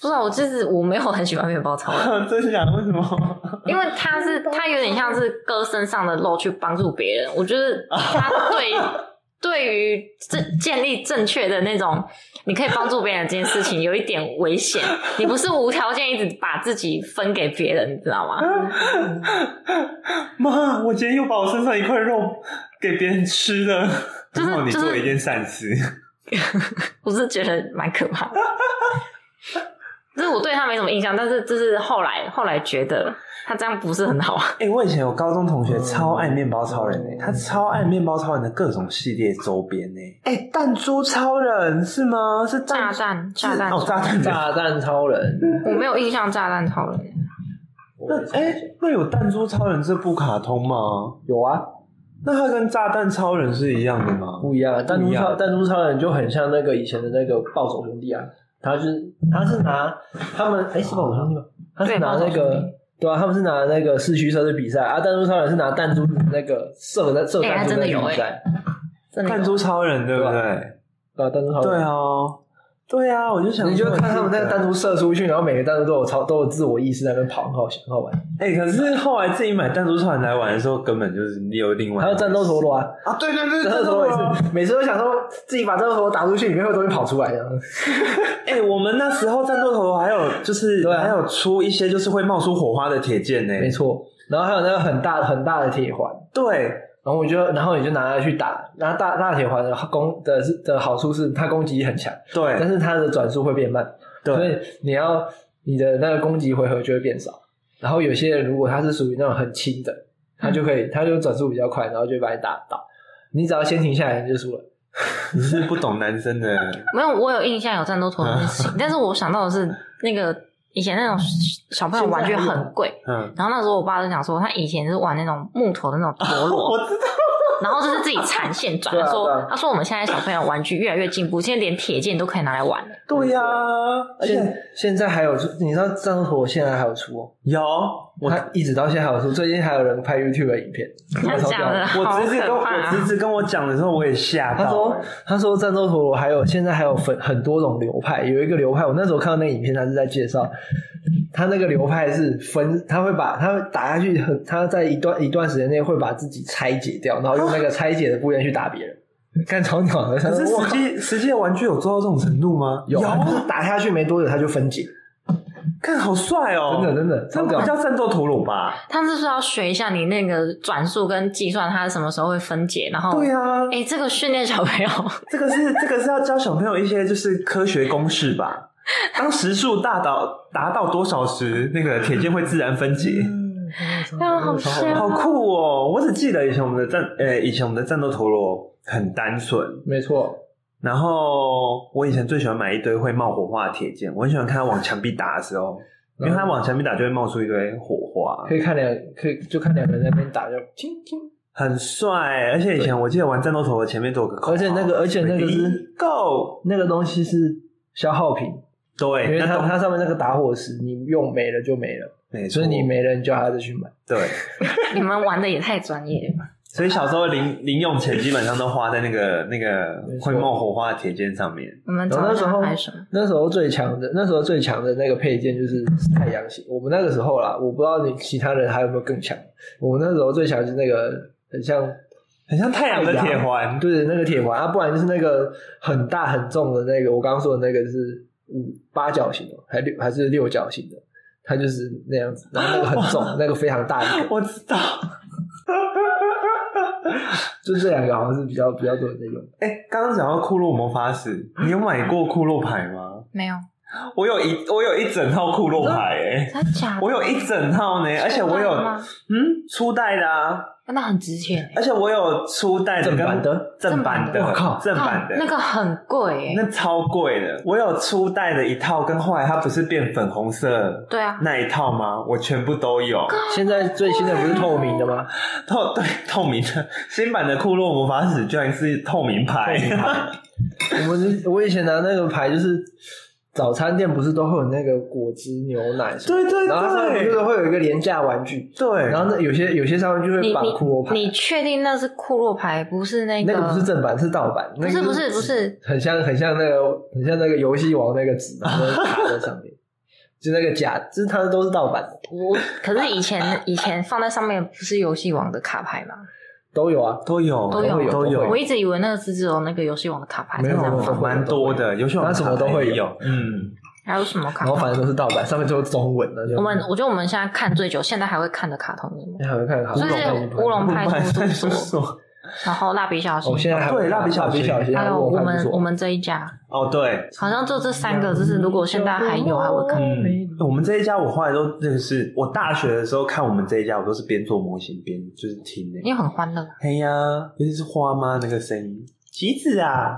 S1: 不知道，我就是我没有很喜欢面包超人，
S2: 真想为什么？
S1: 因为他
S2: 嗯
S1: 是他有点像是割身上的肉去帮助别人，我觉得他 对对于正建立正确的那种你可以帮助别人这件事情有一点危险，你不是无条件一直把自己分给别人，你知道吗？
S2: 嗯妈，我今天又把我身上一块肉给别人吃 了。
S1: 就是
S2: 然后你
S1: 就是
S2: 做一件善事，
S1: 我是觉得蛮可怕的。就是我对他没什么印象，但是就是后来后来觉得他这样不是很好。
S2: 哎、我以前有高中同学超爱面包超人诶、欸他超爱面包超人的各种系列周边呢、欸。哎、弹珠超人是吗？是
S1: 炸
S2: 弹
S1: 弹
S2: 是
S1: 炸弹，
S2: 哦，炸弹
S3: 炸弹超 人，
S1: 我没有印象炸弹超人。
S2: 那哎、那有弹珠超人这部卡通吗？
S3: 有啊，
S2: 那它跟炸弹超人是一样的吗？
S3: 不一样啊。弹珠
S2: 不一
S3: 超
S2: 样
S3: 弹珠超人就很像那个以前的那个暴走兄弟啊，他是他是拿他们哎、是暴走兄弟吗？他是
S1: 对
S3: 拿那
S1: 暴走兄
S3: 个
S1: 弟
S3: 对啊，他们是拿那个四驱车去比赛啊，弹珠超人是拿弹珠那个射的射
S1: 哎
S3: 弹
S1: 还
S3: 珠
S1: 真的
S3: 那个
S1: 有
S3: 比
S1: 哎
S3: 赛，
S1: 真的有
S2: 弹珠超人对不
S3: 对
S2: 对？
S3: 对啊，弹珠超人
S2: 对哦，对啊，我就想说
S3: 你就看他们那个弹
S2: 这
S3: 珠射出去，然后每个弹珠都有超都有自我意识在那边跑，很好笑，很好玩。
S2: 哎、可是后来自己买弹珠超人来玩的时候，根本就是有另外
S3: 还有战斗陀
S2: 螺
S3: 螺啊，
S2: 啊，对对对，
S3: 战斗陀螺也啊是，每次都想说自己把战斗陀螺打出去，里面会有东西跑出来这样。
S2: 哎、我们那时候战斗头还有就是、
S3: 对啊
S2: 还有出一些就是会冒出火花的铁剑呢、
S3: 没错，然后还有那个很大很大的铁环，
S2: 对，
S3: 然后我就然后你就拿它去打，拿大大铁环的攻的是的好处是它攻击力很强，但
S2: 对，
S3: 是它的转速会变慢，所
S2: 对，
S3: 以你要你的那个攻击回合就会变少。然后有些人如果他是属于那种很轻的，他就可
S2: 嗯
S3: 以他就转速比较快，然后就会把你打倒。你只要先停下来，你就输了。
S2: 你是不懂男生的，
S1: 没有，我有印象有战斗陀螺的事
S2: 嗯
S1: 情，但是我想到的是那个以前那种小朋友玩具很 贵，
S2: 嗯，
S1: 然后那时候我爸就想说，他以前是玩那种木头的那种陀 螺，
S2: 知道，
S1: 然后就是自己缠线转。
S3: 对啊
S1: 他
S3: 对啊
S1: 说，他说我们现在小朋友玩具越来越进步，现在连铁剑都可以拿来玩了。
S2: 对呀、而且
S3: 现现在还有出，你知道战斗陀螺现在还有出哦，
S2: 有我。
S3: 它一直到现在还有出，最近还有人拍 YouTube 的影片，
S1: 真的
S3: 超屌
S1: 假的？好
S2: 我侄子跟
S1: 可
S2: 我
S1: 怕
S2: 我侄
S1: 啊！
S2: 子跟我讲的时候，我也吓
S3: 他
S2: 到、
S3: 说
S2: 欸。：“
S3: 他说战斗陀螺还有现在还有分很多种流派，有一个流派，我那时候看到那个影片，他是在介绍，他那个流派是分，他会把他会打下去，很他在一段一段时间内会把自己拆解掉，然后用那个拆解的部件去打别人，看超鸟的。他
S2: 可
S3: 说
S2: 是
S3: 我
S2: 实
S3: 靠
S2: 际实际的玩具有做到这种程度吗？
S3: 有啊，就是打下去没多久他就分解，
S2: 看好帅哦、
S3: 真的真的
S2: 这
S3: 超
S2: 不
S3: 屌。
S2: 叫战斗陀螺吧？
S1: 他是说要学一下你那个转速跟计算，它什么时候会分解，然后
S3: 哦
S2: 对啊呀、
S1: 哎、这个训练小朋 友，
S2: 这个是这个是要教小朋友一些就是科学公式 吧？当时数大到达到多少时，那个铁剑会自然分 解。
S1: 那好
S3: 超
S1: 帅
S2: 好酷哦！我只记得以前我们的战，呃、以前我们的战斗陀螺很单纯。
S3: 没错，
S2: 然后我以前最喜欢买一堆会冒火花的铁剑，我很喜欢看它往墙壁打的时候，因为它往墙壁打就会冒出一堆火花
S3: 可，以看两可以就看两个人在那边打就听听。
S2: 很帅。而且以前我记得玩战斗陀螺前面都有个口号，
S3: 而且那个而且那个是
S2: go，
S3: 那个东西是消耗品，因
S2: 对，
S3: 为
S2: 那
S3: 它
S2: 东
S3: 它上面那个打火石，你用没了就没了，
S2: 没错
S3: 所以你没了你就还要再去买。
S2: 对。
S1: 你们玩的也太专业了吧。
S2: 所以小时候 零零用钱基本上都花在那个那个会冒火花的铁剑上面。
S1: 我们
S3: 然后
S1: 早
S3: 那时
S1: 上
S3: 候
S1: 还什么？
S3: 那时候最强的那时候最强的那个配件就是太阳型，我们那个时候啦，我不知道你其他人还有没有更强。我们那时候最强是那个很像
S2: 很像太阳的铁环，
S3: 对那个铁环啊，不然就是那个很大很重的那个，我刚刚说的那个是五八角形的，还六还是六角形的，它就是那样子，然后那个很重， 那个非常大一个，
S2: 我知道。
S3: 就这两个好像是比较比较多人在用。
S2: 哎、刚刚讲到库洛魔法使，你有买过库洛牌吗？
S1: 没有，
S2: 我有一我有一整套库洛牌、哎，
S1: 真假的？
S2: 我有一整套呢，而且我有
S1: 真的吗
S2: 嗯初代的啊，
S1: 那很值钱欸，
S2: 而且我有初代的
S3: 正
S2: 跟
S3: 版的
S2: 正版的，
S3: 正版的我靠
S2: 正版的
S1: 哦那个很贵
S2: 那
S1: 哎。
S2: 超贵的，我有初代的一套，跟后来它不是变粉红色
S1: 对啊，
S2: 那一套吗？我全部都有。
S3: 现在最新的不是透明的吗？
S2: 透对透明的新版的库洛魔法使居然是透明牌，
S3: 透明牌 我们我以前拿那个牌就是。早餐店不是都会有那个果汁牛奶什么的，
S2: 对对
S3: 然后它上面不是
S2: 对
S3: 会有一个廉价玩具，
S2: 对，
S3: 然后那有些有些上面就会
S1: 你
S3: 绑骷髅牌，
S1: 你你确定那是库洛牌，不是那
S3: 那
S1: 个？
S3: 个不是正版，是盗版，
S1: 不
S3: 那
S1: 是
S3: 个
S1: 不是不
S3: 纸
S1: 是，
S3: 很像很像那个很像那个游戏王那个纸，然后卡在上面，就那个假，就是它都是盗版的，
S1: 我可是以前以前放在上面不是游戏王的卡牌吗？
S3: 都有啊。
S2: 都有
S1: 都有
S2: 都
S3: 对
S1: 我
S2: 有，
S1: 一直以为那个是只有那个游戏王的卡牌才
S3: 没
S1: 这
S3: 有
S1: 样
S3: 没有
S1: 放，
S2: 蛮多的，游戏王
S3: 它什么都会有
S2: 有，嗯，
S1: 还有什么卡
S3: 然后
S1: 牌？
S3: 反正都是盗版，上面都是中文的。就
S1: 我们我觉得我们现
S3: 哎
S1: 在看最久，现在还会看的卡通是什么？
S3: 你还会看卡
S1: 就是乌龙派出
S2: 派
S1: 所
S2: 出所
S1: 然后蜡笔小新，
S3: 哦我现在还
S2: 对蜡笔小
S3: 蜡
S2: 新
S3: 笔小新
S1: 还有我
S3: 还不
S1: 们
S3: 错
S1: 哎我们这一家，
S2: 哦，对，
S1: 好像就这三个，就是如果现在还有啊，我可能
S2: 嗯，我们这一家我后来都认识。我大学的时候看我们这一家，我都是边做模型边就是听的、
S1: 因为很欢乐。
S2: 哎呀，尤其是花妈那个声音，橘子啊，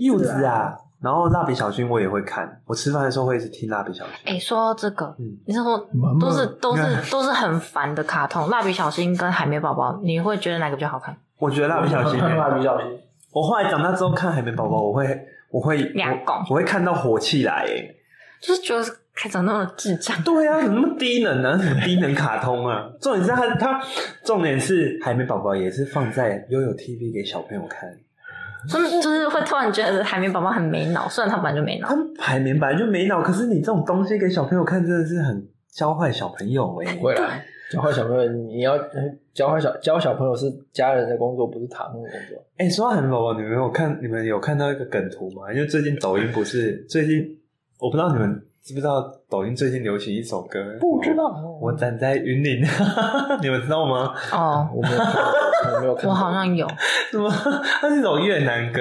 S2: 柚子啊，然后蜡笔小新我也会看，我吃饭的时候会一直听蜡笔小新。
S1: 哎，说到这个，
S2: 嗯，
S1: 你是说
S3: 妈妈
S1: 都是都
S2: 你
S1: 是
S2: 看
S1: 都是很烦的卡通，蜡笔小新跟海绵宝宝，你会觉得哪个比较好看？
S2: 我觉得 蜡笔小新、欸
S3: 蜡笔小新，
S2: 我后来长大之后看海绵宝宝，我会我会
S1: 俩
S2: 我
S1: 拱
S2: 我会看到火气来、哎，
S1: 就是觉得开长那么智障，
S2: 对啊，怎么那么低能呢、啊？什么低能卡通啊？重点是它它重点是海绵宝宝也是放在悠悠 TV 给小朋友看。
S1: 真的 就是会突然觉得海绵宝宝很没脑，虽然他本来就没脑
S2: 他。们海绵本来就没脑，可是你这种东西给小朋友看，真的是很教坏小朋友哎、
S3: 会啦。教坏小朋友，你要教坏小教小朋友是家人的工作，不是卡通的工作。
S2: 哎、说到海绵宝宝，你们有看你们有看到一个梗图吗？因为最近抖音不是最近，我不知道你们知不知道抖音最近流行一首歌？
S3: 道，
S2: 我站在云林， 你们知道吗？
S1: 哦，
S3: 我没有看过，我没有看过。
S1: 我好像有，
S2: 什么？它是一首越南歌，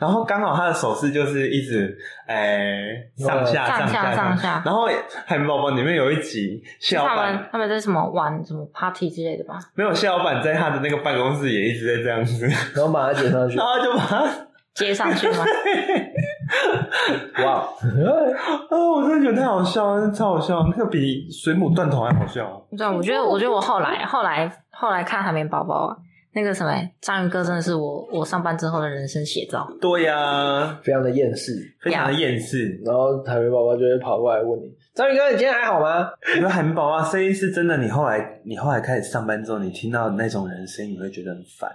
S2: 然后刚好它的手势就是一直哎、上下
S1: 上
S2: 下
S1: 下上下
S2: 然后海绵宝宝里面有一集，谢老
S1: 他
S2: 板
S1: 们他们在什么玩什么 party 之类的吧？
S2: 没有，谢老板在他的那个办公室也一直在这样子，
S3: 然后把它剪 上去
S2: 然，后就把他，
S1: 接上去 吗？
S3: 哇！
S2: 啊，我真的觉得太好笑了，超好笑，那个比水母断头还好笑。
S1: 对，啊我觉得我觉得我后来后来后来看海绵宝宝啊，那个什么章鱼哥真的是我我上班之后的人生写照。
S2: 对呀、
S3: 非常的厌世。
S2: 非常的厌世。
S3: 然后海绵宝宝就会跑过来问你：“章鱼哥，你今天还好吗
S2: 我觉得海绵宝宝啊声音是真的，你后来你后来开始上班之后，你听到那种人的声音，你会觉得很烦，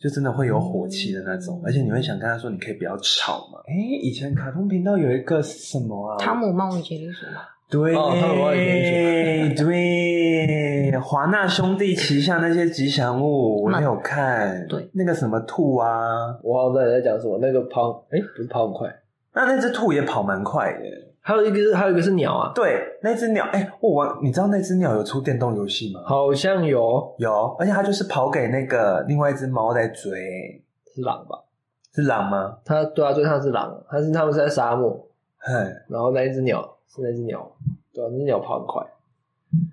S2: 就真的会有火气的那种，
S1: 嗯
S2: 而且你会想跟他说，你可以不要吵嘛。哎、以前卡通频道有一个是什么啊？
S1: 汤姆猫与杰里鼠嘛，
S2: 对、
S3: 哦他们玩的也
S2: 对，华纳兄弟旗下那些吉祥物我
S1: 嗯
S2: 有看，
S1: 对
S2: 那个什么兔啊，？”
S3: 我好像知道你在讲什么。那个跑，哎，不是跑很快，
S2: 那那只兔也跑蛮快的。
S3: 还有一个是，还有一个是鸟啊，
S2: 对，那只鸟，哎、我玩，你知道那只鸟有出电动游戏吗？
S3: 好像有
S2: 有，而且它就是跑给那个另外一只猫在追，
S3: 是狼吧？
S2: 是狼吗？
S3: 它对啊，对，它是狼，它是他们是在沙漠，
S2: 哼，
S3: 然后那一只鸟是那只鸟，对啊，那只鸟跑很快，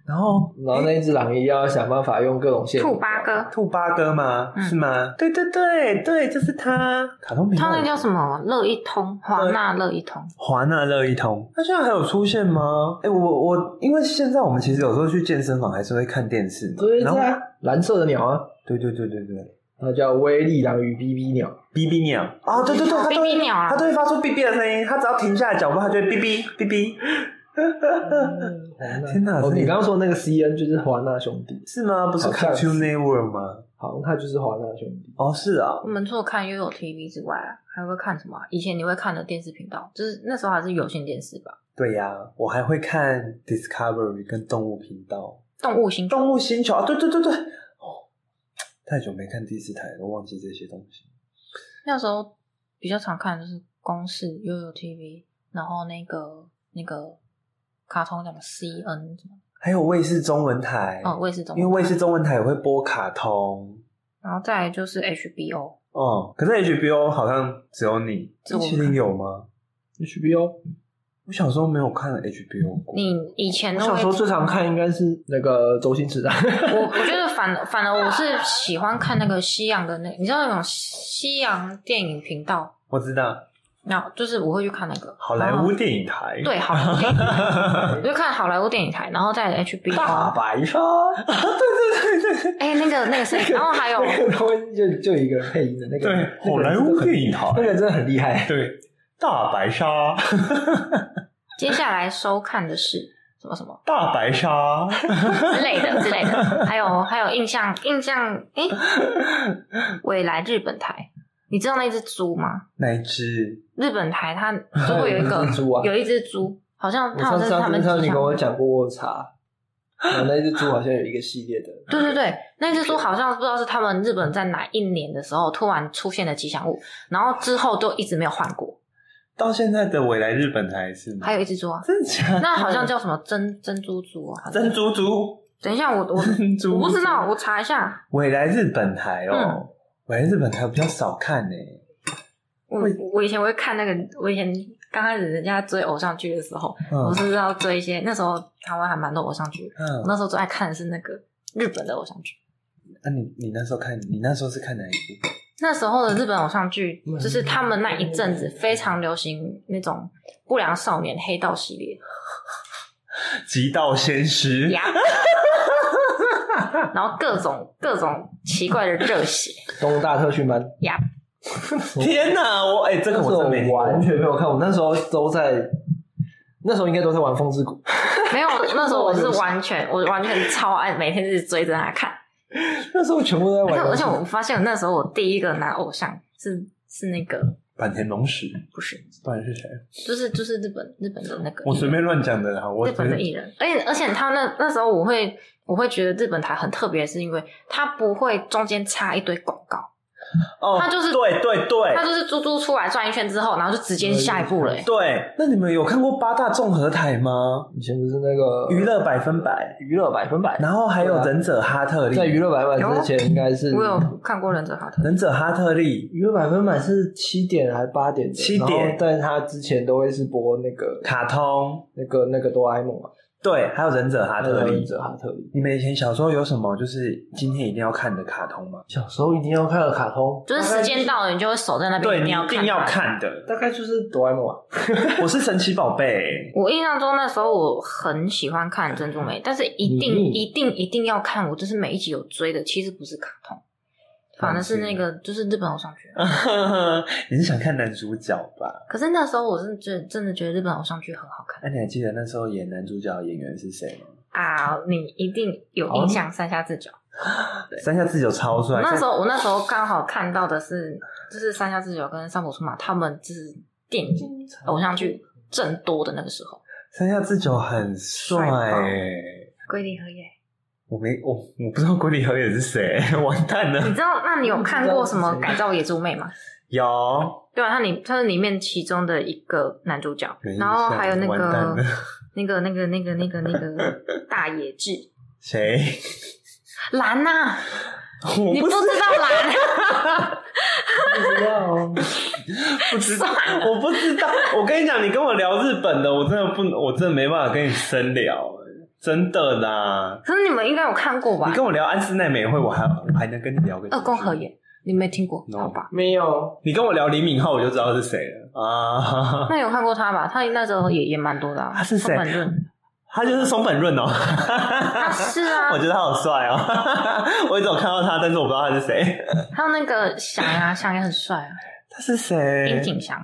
S2: 然后
S3: 然后那一只狼也要想办法用各种线索
S1: 兔八哥，
S2: 兔八哥吗？
S1: 嗯
S2: 是吗？对对对对，就是它。卡通频道
S1: 他那叫什么？乐一通，华纳乐一通，
S2: 华纳乐一通，它现在还有出现吗？哎、我我因为现在我们其实有时候去健身房还是会看电视嘛，
S3: 对
S2: 然后
S3: 啊，蓝色的鸟啊，
S2: 对对对对对。
S3: 它叫威力狼与 BB 鸟，
S2: 哔哔鸟啊，对对对，它都会
S1: BB 鸟啊
S2: 它都会发出哔哔的声音，它只要停下来脚步，它就会哔哔哔哔。嗯天哪
S3: 哦，
S2: 这
S3: 你
S2: 个
S3: 刚刚说的那个 CN 就是华纳兄弟，
S2: 是吗？不是
S3: 好像是
S2: Cartoon Network 吗？
S3: 好像它就是华纳兄弟。
S2: 哦，是啊，
S1: 我们除了看悠悠 TV 之外啊，还会看什么啊？以前你会看的电视频道，就是那时候还是有线电视吧，
S2: 对呀、我还会看 Discovery 跟动物频道，
S1: 《动物星球》。
S2: 动物星球啊，对对对对，哦，太久没看第四台了，忘记这些东西。
S1: 那时候比较常看的就是公视、悠悠 TV，然后那个那个卡通叫什么 CN 什么，
S2: 还有卫视中文台，
S1: 哦，卫视中文台，
S2: 因为卫视中文台也会播卡通，
S1: 然后再来就是 HBO，
S2: 哦、可是 HBO 好像只有你，
S1: 只有我
S2: 冰淇淋有吗？
S3: HBO，
S2: 我小时候没有看 HBO 过，
S1: 你以前
S3: 我
S1: 都
S3: 小时候
S1: 会
S3: 最常看应该是那个周 星驰的，
S1: 我我觉得反反而我是喜欢看那个西洋的那，你知道那种西洋电影频道，
S2: 我知道
S1: 然后就是我会去看那个
S2: 好莱坞
S1: 然后
S2: 电影台，
S1: 啊对好莱坞 电影台，我就看好莱坞电影台，然后再来 HBO，
S3: 大白 鲨，
S2: 对对对对
S1: 哎、那个那个谁，然后 还有
S3: 那个他们就就有一个配音的那个，
S2: 对，
S3: 那个人
S2: 好莱坞
S3: 真的
S2: 电影台
S3: 很，那个真的很厉害。
S2: 对，大白鲨，
S1: 接下来收看的是什么什么。
S2: 大白鲨。
S1: 之类的之类的，还有还有印象印象，哎、 未来日本台，你知道那只猪吗？
S2: 那一只？
S1: 日本台它就会有一
S3: 有
S1: 个
S3: 一只 猪啊
S1: 有一只猪，好像
S3: 我
S1: 它好像
S3: 上次
S1: 是他
S3: 上
S1: 们
S3: 次上次
S1: 吉
S3: 你
S1: 祥
S3: 跟
S1: 物
S3: 我讲过卧茶，然后那只猪好像有一个系列的，
S1: 对对对，那 只猪好像不知道是他们日本在哪一年的时候突然出现的吉祥物，然后之后都一直没有换过。
S2: 到现在的未来日本台是吗？
S1: 还有一只猪啊，
S2: 真的假的？
S1: 那好像叫什么珍珍珠猪啊，
S2: 珍珠猪，
S1: 等一下，我我我不知道，嗯我查一下。
S2: 未来日本台哦，未来日本台我比较少看呢、
S1: 我我以前会看那个，我以前刚开始人家追偶像剧的时候，我
S2: 嗯
S1: 是要追一些。那时候台湾还蛮多偶像剧，我
S2: 嗯，
S1: 那时候最爱看的是那个日本的偶像剧。
S2: 那、你你那时候看，你那时候是看哪一部？
S1: 那时候的日本偶像剧
S3: 嗯，
S1: 就是他们那一阵子非常流行那种不良少年黑道系列，
S2: 极道鲜师
S1: 呀，然后各种各种奇怪的热血，
S3: 东吴大特训班，
S1: 呀，
S2: 天哪，我哎、这个我
S3: 那时
S2: 真
S3: 候
S2: 没听过
S3: 完全没有看，我那时候都在，那时候应该都在玩风之谷，
S1: 没有，那时候 我是完全，我完全超爱，每天是追着他看。
S3: 那时候全部都在
S1: 而且
S3: 玩
S1: 而
S3: 游
S1: 且
S3: 戏。
S1: 我发现，那时候我第一个男偶像是是那个
S2: 坂田龙史，
S1: 不是，
S2: 不然是谁？
S1: 就是就是日本日本的那个
S2: 我随便乱讲的啦，我
S1: 日本的艺人，而且而且他那那时候我会我会觉得日本台很特别，是因为他不会中间插一堆广告，
S2: 哦，
S1: 他就是
S2: 对对对
S1: 他就是猪猪出来转一圈之后，然后就直接下一步了、欸。
S2: 对。那你们有看过八大综合台吗？
S3: 以前不是那个
S2: 娱乐百分百，
S3: 娱乐百分百，
S2: 然后还有
S3: 对啊
S2: 忍者哈特利，
S3: 在娱乐百分百之前应该是
S1: 啊我有看过忍者哈特，
S2: 忍者哈特利
S3: 娱乐百分百是七点还八点的，
S2: 7点
S3: 然后但他之前都会是播那个
S2: 卡通，
S3: 那个那个哆啦 A 梦嘛，
S2: 对，还有忍者哈特
S3: 那个
S2: 利
S3: 忍。者哈特利。
S2: 你们以前小时候有什么就是今天一定要看的卡通吗？
S3: 小时候一定要看的卡通，
S1: 就是时间到了，你就会守在那边，
S2: 对，你
S1: 要
S2: 一定要看的。
S3: 大概就是哆啦 A 梦 啊。
S2: 我是神奇宝 贝，
S1: 我印象中那时候我很喜欢看珍珠美，但是一定、
S3: 嗯
S1: 一定一定要看，我就是每一集有追的，其实不是卡通，反而是那个就是日本偶像剧。
S2: 啊你是想看男主角吧？
S1: 可是那时候我是真真的觉得日本偶像剧很好看
S2: 那、你还记得那时候演男主角的演员是谁吗？
S1: 啊，你一定有印象三下智久。
S2: 三下智久超帅，
S1: 那时
S2: 候
S1: 候我那时候刚好看到的是，就是三下智久跟上浦春马他们就是电影偶像剧正多的那个时候，
S2: 三下智久很帅、
S1: 帅爆
S2: 欸。
S1: 龟梨和也。
S2: 我没我我不知道龟梨和也是谁， 完蛋
S1: 你
S2: 了。
S1: 知道？那你有看过什么改造野猪妹吗？
S2: 有
S1: 对啊，他里他是里面其中的一个男主角
S2: 没，印
S1: 然后还有那
S2: 象完蛋
S1: 个
S2: 了
S1: 那个那个那个那个那个 大野智
S2: 谁？
S1: 蓝呐、
S2: 我
S1: 你不
S2: 不
S1: 知道蓝，
S3: 不知道哦，
S2: 不知道
S1: 算，
S2: 我不知道。我跟你讲，你跟我聊日本的，我真的不，我真的没办法跟你深聊，真的啦。
S1: 可是你们应该有看过吧
S2: 你？跟我聊安室奈美惠，我还我还能跟你聊个几句
S1: 二宫和。也，你没听过
S2: No
S1: 好吧？
S3: 没有，
S2: 你跟我聊李敏镐，我就知道是谁了啊！
S1: 那有看过他吧？他那时候也也蛮多的、啊。
S2: 他是
S1: 松
S2: 谁
S1: 本 润，
S2: 他就是松 本润哦，
S1: 他是啊
S2: 我，觉得他好帅哦， 我一直有看到他，但是我不知道他是谁。
S1: 还有那个翔啊，翔也很帅啊，
S2: 他是谁？
S1: 樱井 翔。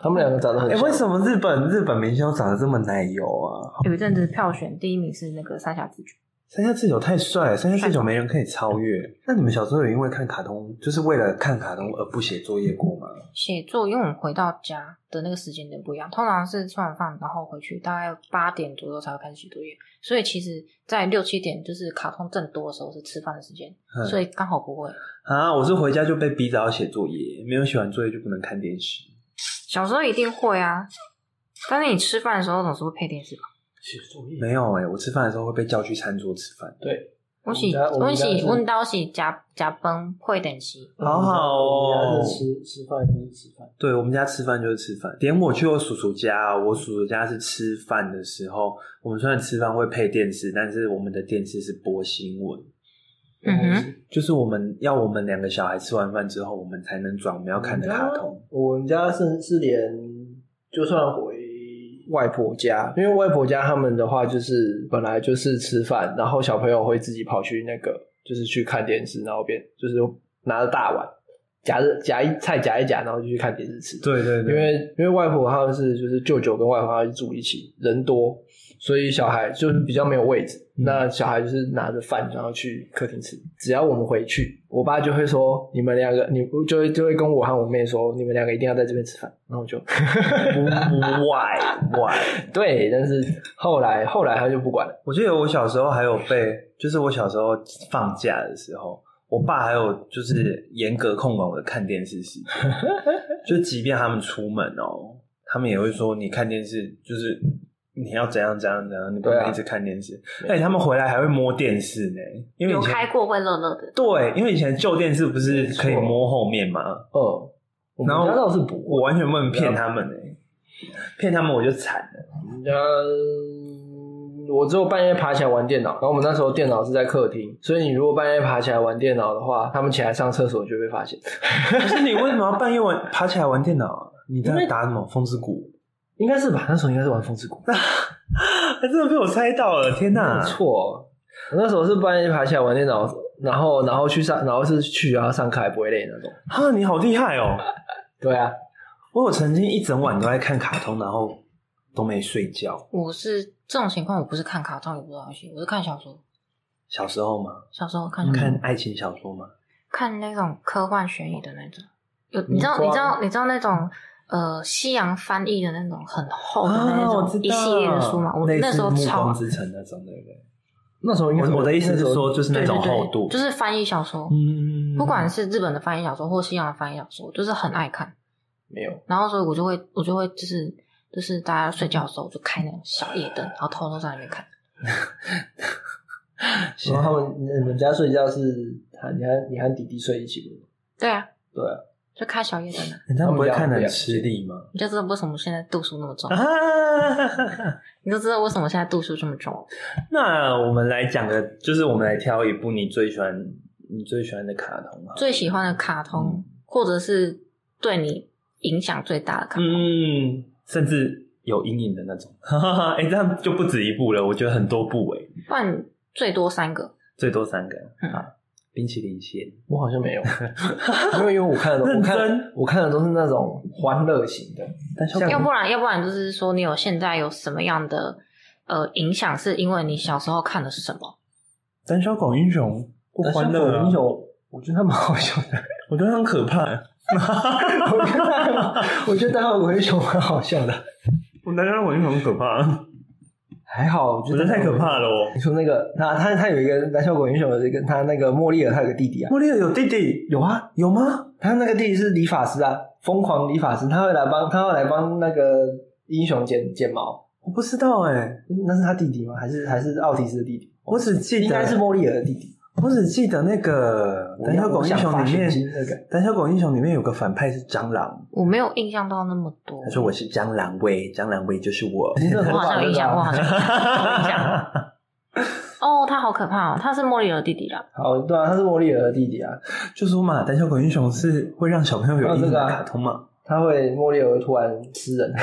S3: 他们两个长得很
S2: 哎、
S3: 像。
S2: 为什么日本日本明星都长得这么奶油啊？
S1: 有一阵子票选第一名是那个三峡之久，
S2: 三下智久太帅了，三下智久没人可以超越。那你们小时候有因为看卡通，就是为了看卡通而不写作业过吗？
S1: 写作，因为我们回到家的那个时间点不一样，通常是吃完饭然后回去，大概八点左右才会开始写作业，所以其实，在六七点就是卡通正多的时候是吃饭的时间，
S2: 嗯
S1: 所以刚好不会。
S2: 啊，我是回家就被逼着要写作业，没有写完作业就不能看电视。
S1: 小时候一定会啊，但是你吃饭的时候总是会配电视吧？
S3: 写作业？
S2: 没有哎、我吃饭的时候会被叫去餐桌吃饭，
S3: 对，
S1: 我是
S3: 我
S1: 我
S3: 们家
S1: 是
S3: 是
S1: 阮兜是食食饭配电视，
S2: 好好哦
S3: 我们家是吃吃饭就是吃饭，
S2: 对我们家吃饭就是吃饭，连我去我叔叔家，我叔叔家是吃饭的时候，我们虽然吃饭会配电视，但是我们的电视是播新闻，
S1: 嗯哼，
S2: 就是我们要我们两个小孩吃完饭之后，我们才能转我们要看的卡通。
S3: 我们家甚至连就算回外婆家，因为外婆家他们的话就是本来就是吃饭，然后小朋友会自己跑去那个就是去看电视，然后边就是拿着大碗夹着夹一菜夹一夹，然后就去看电视吃。
S2: 对对
S3: 因为因为外婆他们是就是舅舅跟外婆他们住一起，人多，所以小孩就是比较没有位置。
S2: 嗯
S3: 那小孩就是拿着饭然后去客厅吃。只要我们回去，我爸就会说你们两个，你不就会就会跟我和我妹说你们两个一定要在这边吃饭。然后我就
S2: why why？
S3: 对，但是后来后来他就不管了。
S2: 我记得我小时候还有被，就是我小时候放假的时候，我爸还有就是严格控管我的看电视时间， 就即便他们出门哦，他们也会说你看电视就是你要怎样怎样怎样，你不
S3: 对
S2: 能
S3: 啊
S2: 一直看电视。而且他们回来还会摸电视呢，因为以
S1: 有
S2: 前
S1: 开过会乐乐的，
S2: 对，因为以前旧电视不是可以
S3: 没错
S2: 摸后面吗？
S3: 嗯，我们
S2: 然后
S3: 家倒是不
S2: 我
S3: 会，啊
S2: 完全不能骗他们哎、骗他们我就惨了。
S3: 嗯，我只有半夜爬起来玩电脑，然后我们那时候电脑是在客厅，所以你如果半夜爬起来玩电脑的话，他们起来上厕所就会被发现。
S2: 可是你为什么要半夜玩爬起来玩电脑啊？你在打什么风之谷？
S3: 应该是吧？那时候应该是玩风之谷，
S2: 还哎真的被我猜到了！天哪
S3: 没，错。我那时候是半夜爬起来玩电脑，然后然后去上，然后是去然后上课还不会累那种。
S2: 哈，你好厉害哦！
S3: 对啊，
S2: 我有曾经一整晚都在看卡通，然后都没睡觉。
S1: 我是这种情况，我不是看卡通，也不是玩游戏，我是看小说。
S2: 小时候嘛，
S1: 小时候看
S3: 嗯
S1: 小说
S2: 看爱情小说嘛，
S1: 看那种科幻悬疑的那种，有你
S3: 你
S1: 知道
S3: 说
S1: 你知道你知道那种呃西洋翻译的那种很厚的哦那
S2: 啊
S1: 种、
S2: 我知道
S1: 一系列的书嘛，我
S2: 类似
S1: 那时候
S2: 暮
S1: 超
S2: 光之城那种，对不对？
S3: 那时候应该是
S2: 我我的意思
S3: 那时
S2: 是
S3: 候
S2: 说，就是那
S1: 对
S2: 种
S1: 对对
S2: 厚度，
S1: 就是翻译小说，
S2: 嗯，
S1: 不管是日本的翻译小说或西洋的翻译小说，我就是很爱看。
S3: 没有，
S1: 然后所以我就会我就会就是就是大家睡觉的时候，我就开那种小夜灯，然后偷偷在那边看。
S2: 现在
S3: 然后他们你们家睡觉是他你和你和弟弟睡一起吗？
S1: 对啊，
S3: 对啊，
S1: 就开小夜灯啊，
S2: 人家不会
S3: 他们
S2: 看得
S3: 了
S2: 很
S3: 解
S2: 吃力吗？
S1: 你就知道为什么现在度数那么重
S2: 啊，
S1: 你就知道为什么现在度数这么重。
S2: 那我们来讲个，就是我们来挑一部你最喜欢、你最喜欢的卡通啊。
S1: 最喜欢的卡
S2: 嗯
S1: 通，或者是对你影响最大的卡通，
S2: 嗯，甚至有阴影的那种。 哎、这样就不止一部了，我觉得很多部哎、
S1: 不然最多三个。
S2: 最多三个。
S1: 嗯
S2: 啊，冰淇淋线。
S3: 我好像没有， 因为因为我看的都
S2: 认
S3: 我
S2: 真
S3: 看我看的都是那种欢乐型的，
S2: 但是
S1: 要不然，要不然就是说，你有现在有什么样的呃影响，是因为你小时候看了什么？
S2: 胆小狗英雄不
S3: 但是
S2: 欢乐、啊
S3: 狗英，雄，我觉得他蛮好笑的。
S2: 我觉得很可怕。
S3: 我觉得我觉得大狗英雄蛮好笑的，
S2: 我胆小狗英雄很可怕，
S3: 还好，我
S2: 我
S3: 觉
S2: 觉
S3: 得
S2: 得太可怕了
S3: 了。
S2: 哦。
S3: 你说那个他他他有一个胆小狗英雄有一个他那个莫莉尔他有个弟弟啊，
S2: 茉莉有弟弟，
S3: 有啊，
S2: 有吗？
S3: 他那个弟弟是理发师啊，疯狂理发师，他会来帮他会来帮那个英雄剪剪毛，
S2: 我不知道哎、
S3: 那是他弟弟吗？还是还是奥提斯的弟弟？
S2: 我只记得
S3: 应该是莫莉尔的弟弟。
S2: 我只记得那个《胆小狗英雄》里
S3: 我想发神
S2: 面，
S3: 经那个
S2: 《胆小狗英雄》里面有个反派是蟑螂，
S1: 我没有印象到那么多
S2: 他。说我是蟑螂味，蟑螂味就是我。
S3: 你这
S1: 我
S3: 头
S1: 好像
S3: 发
S1: 有印象，我好像有印象我有印象。
S2: 好
S1: 哦，他好可怕哦，他是莫莉尔弟弟啦。
S3: 好，对啊，他是莫莉尔的弟弟啊，
S2: 就说嘛，《胆小狗英雄》是会让小朋友有
S3: 哦
S2: 阴影的卡通嘛？
S3: 他会莫莉尔会突然吃人，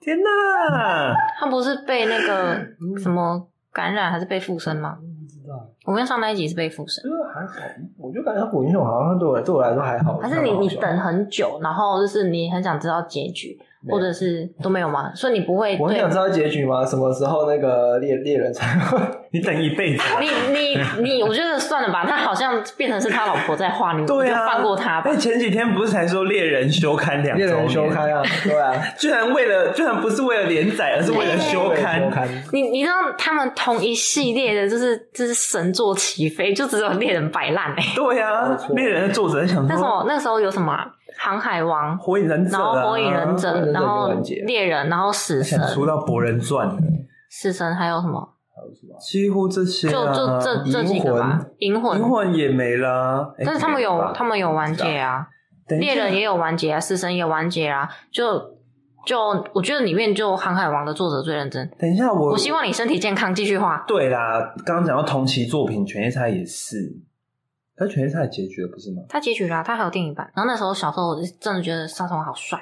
S2: 天 哪！
S1: 他不是被那个
S2: 嗯
S1: 什么感染，还是被附身吗？
S3: 不知 道，
S1: 我跟上那一集是被附身
S3: 这。个还好，我就感觉他狗英雄好像对我对我来说还好，
S1: 还是你你等很久，然后就是你很想知道结局，
S3: 没有
S1: 或者是都没有吗？所以你不会
S3: 我很
S1: 对
S3: 想知道结局吗？什么时候那个猎猎人才会？
S2: 你等一辈子。啊
S1: 你你你，我觉得算了吧。他好像变成是他老婆在画，你
S2: 对啊，
S1: 我就放过他吧
S2: 哎，。前几天不是才说猎人休刊两周
S3: 猎
S2: 年
S3: 人修刊啊，对啊，
S2: 居然为了，居然不是为了连载，而是为了 休
S3: 猎
S2: 刊
S3: 人修。刊，
S1: 你你知道他们同一系列的，就是就是神作齐飞，就只有猎人摆烂哎。
S2: 对啊
S3: 没，错
S2: 猎人的作者在想
S1: 那时
S2: 说，
S1: 候那时候有什么啊航海王，
S2: 火影忍者
S1: 然后
S2: 啊，
S1: 火影忍
S3: 火影
S1: 者，
S3: 忍者
S1: 然后
S3: 就完结了
S1: 猎人，然后死神
S2: 想，出到《博人传》了。
S1: 死神还有什么？
S3: 还有什么？
S2: 几乎这些、
S1: 就
S2: 啊，
S1: 就这这几个吧。银魂，
S2: 银魂也没啦、哎
S1: 但是他们有他们有完结，啊。
S2: 等一下
S1: 猎人也有完结啊，死神也完结啊，就就我觉得里面就《航海王》的作者最认真。
S2: 等一下我
S1: 我希望你身体健康，继续画。
S2: 对啦，刚刚讲到同期作品《犬夜叉》也是，可是《犬夜叉》也结局了不是吗？
S1: 他结局啦、他还有电影版。然后那时候小时候，我是真的觉得沙尘王好 帅，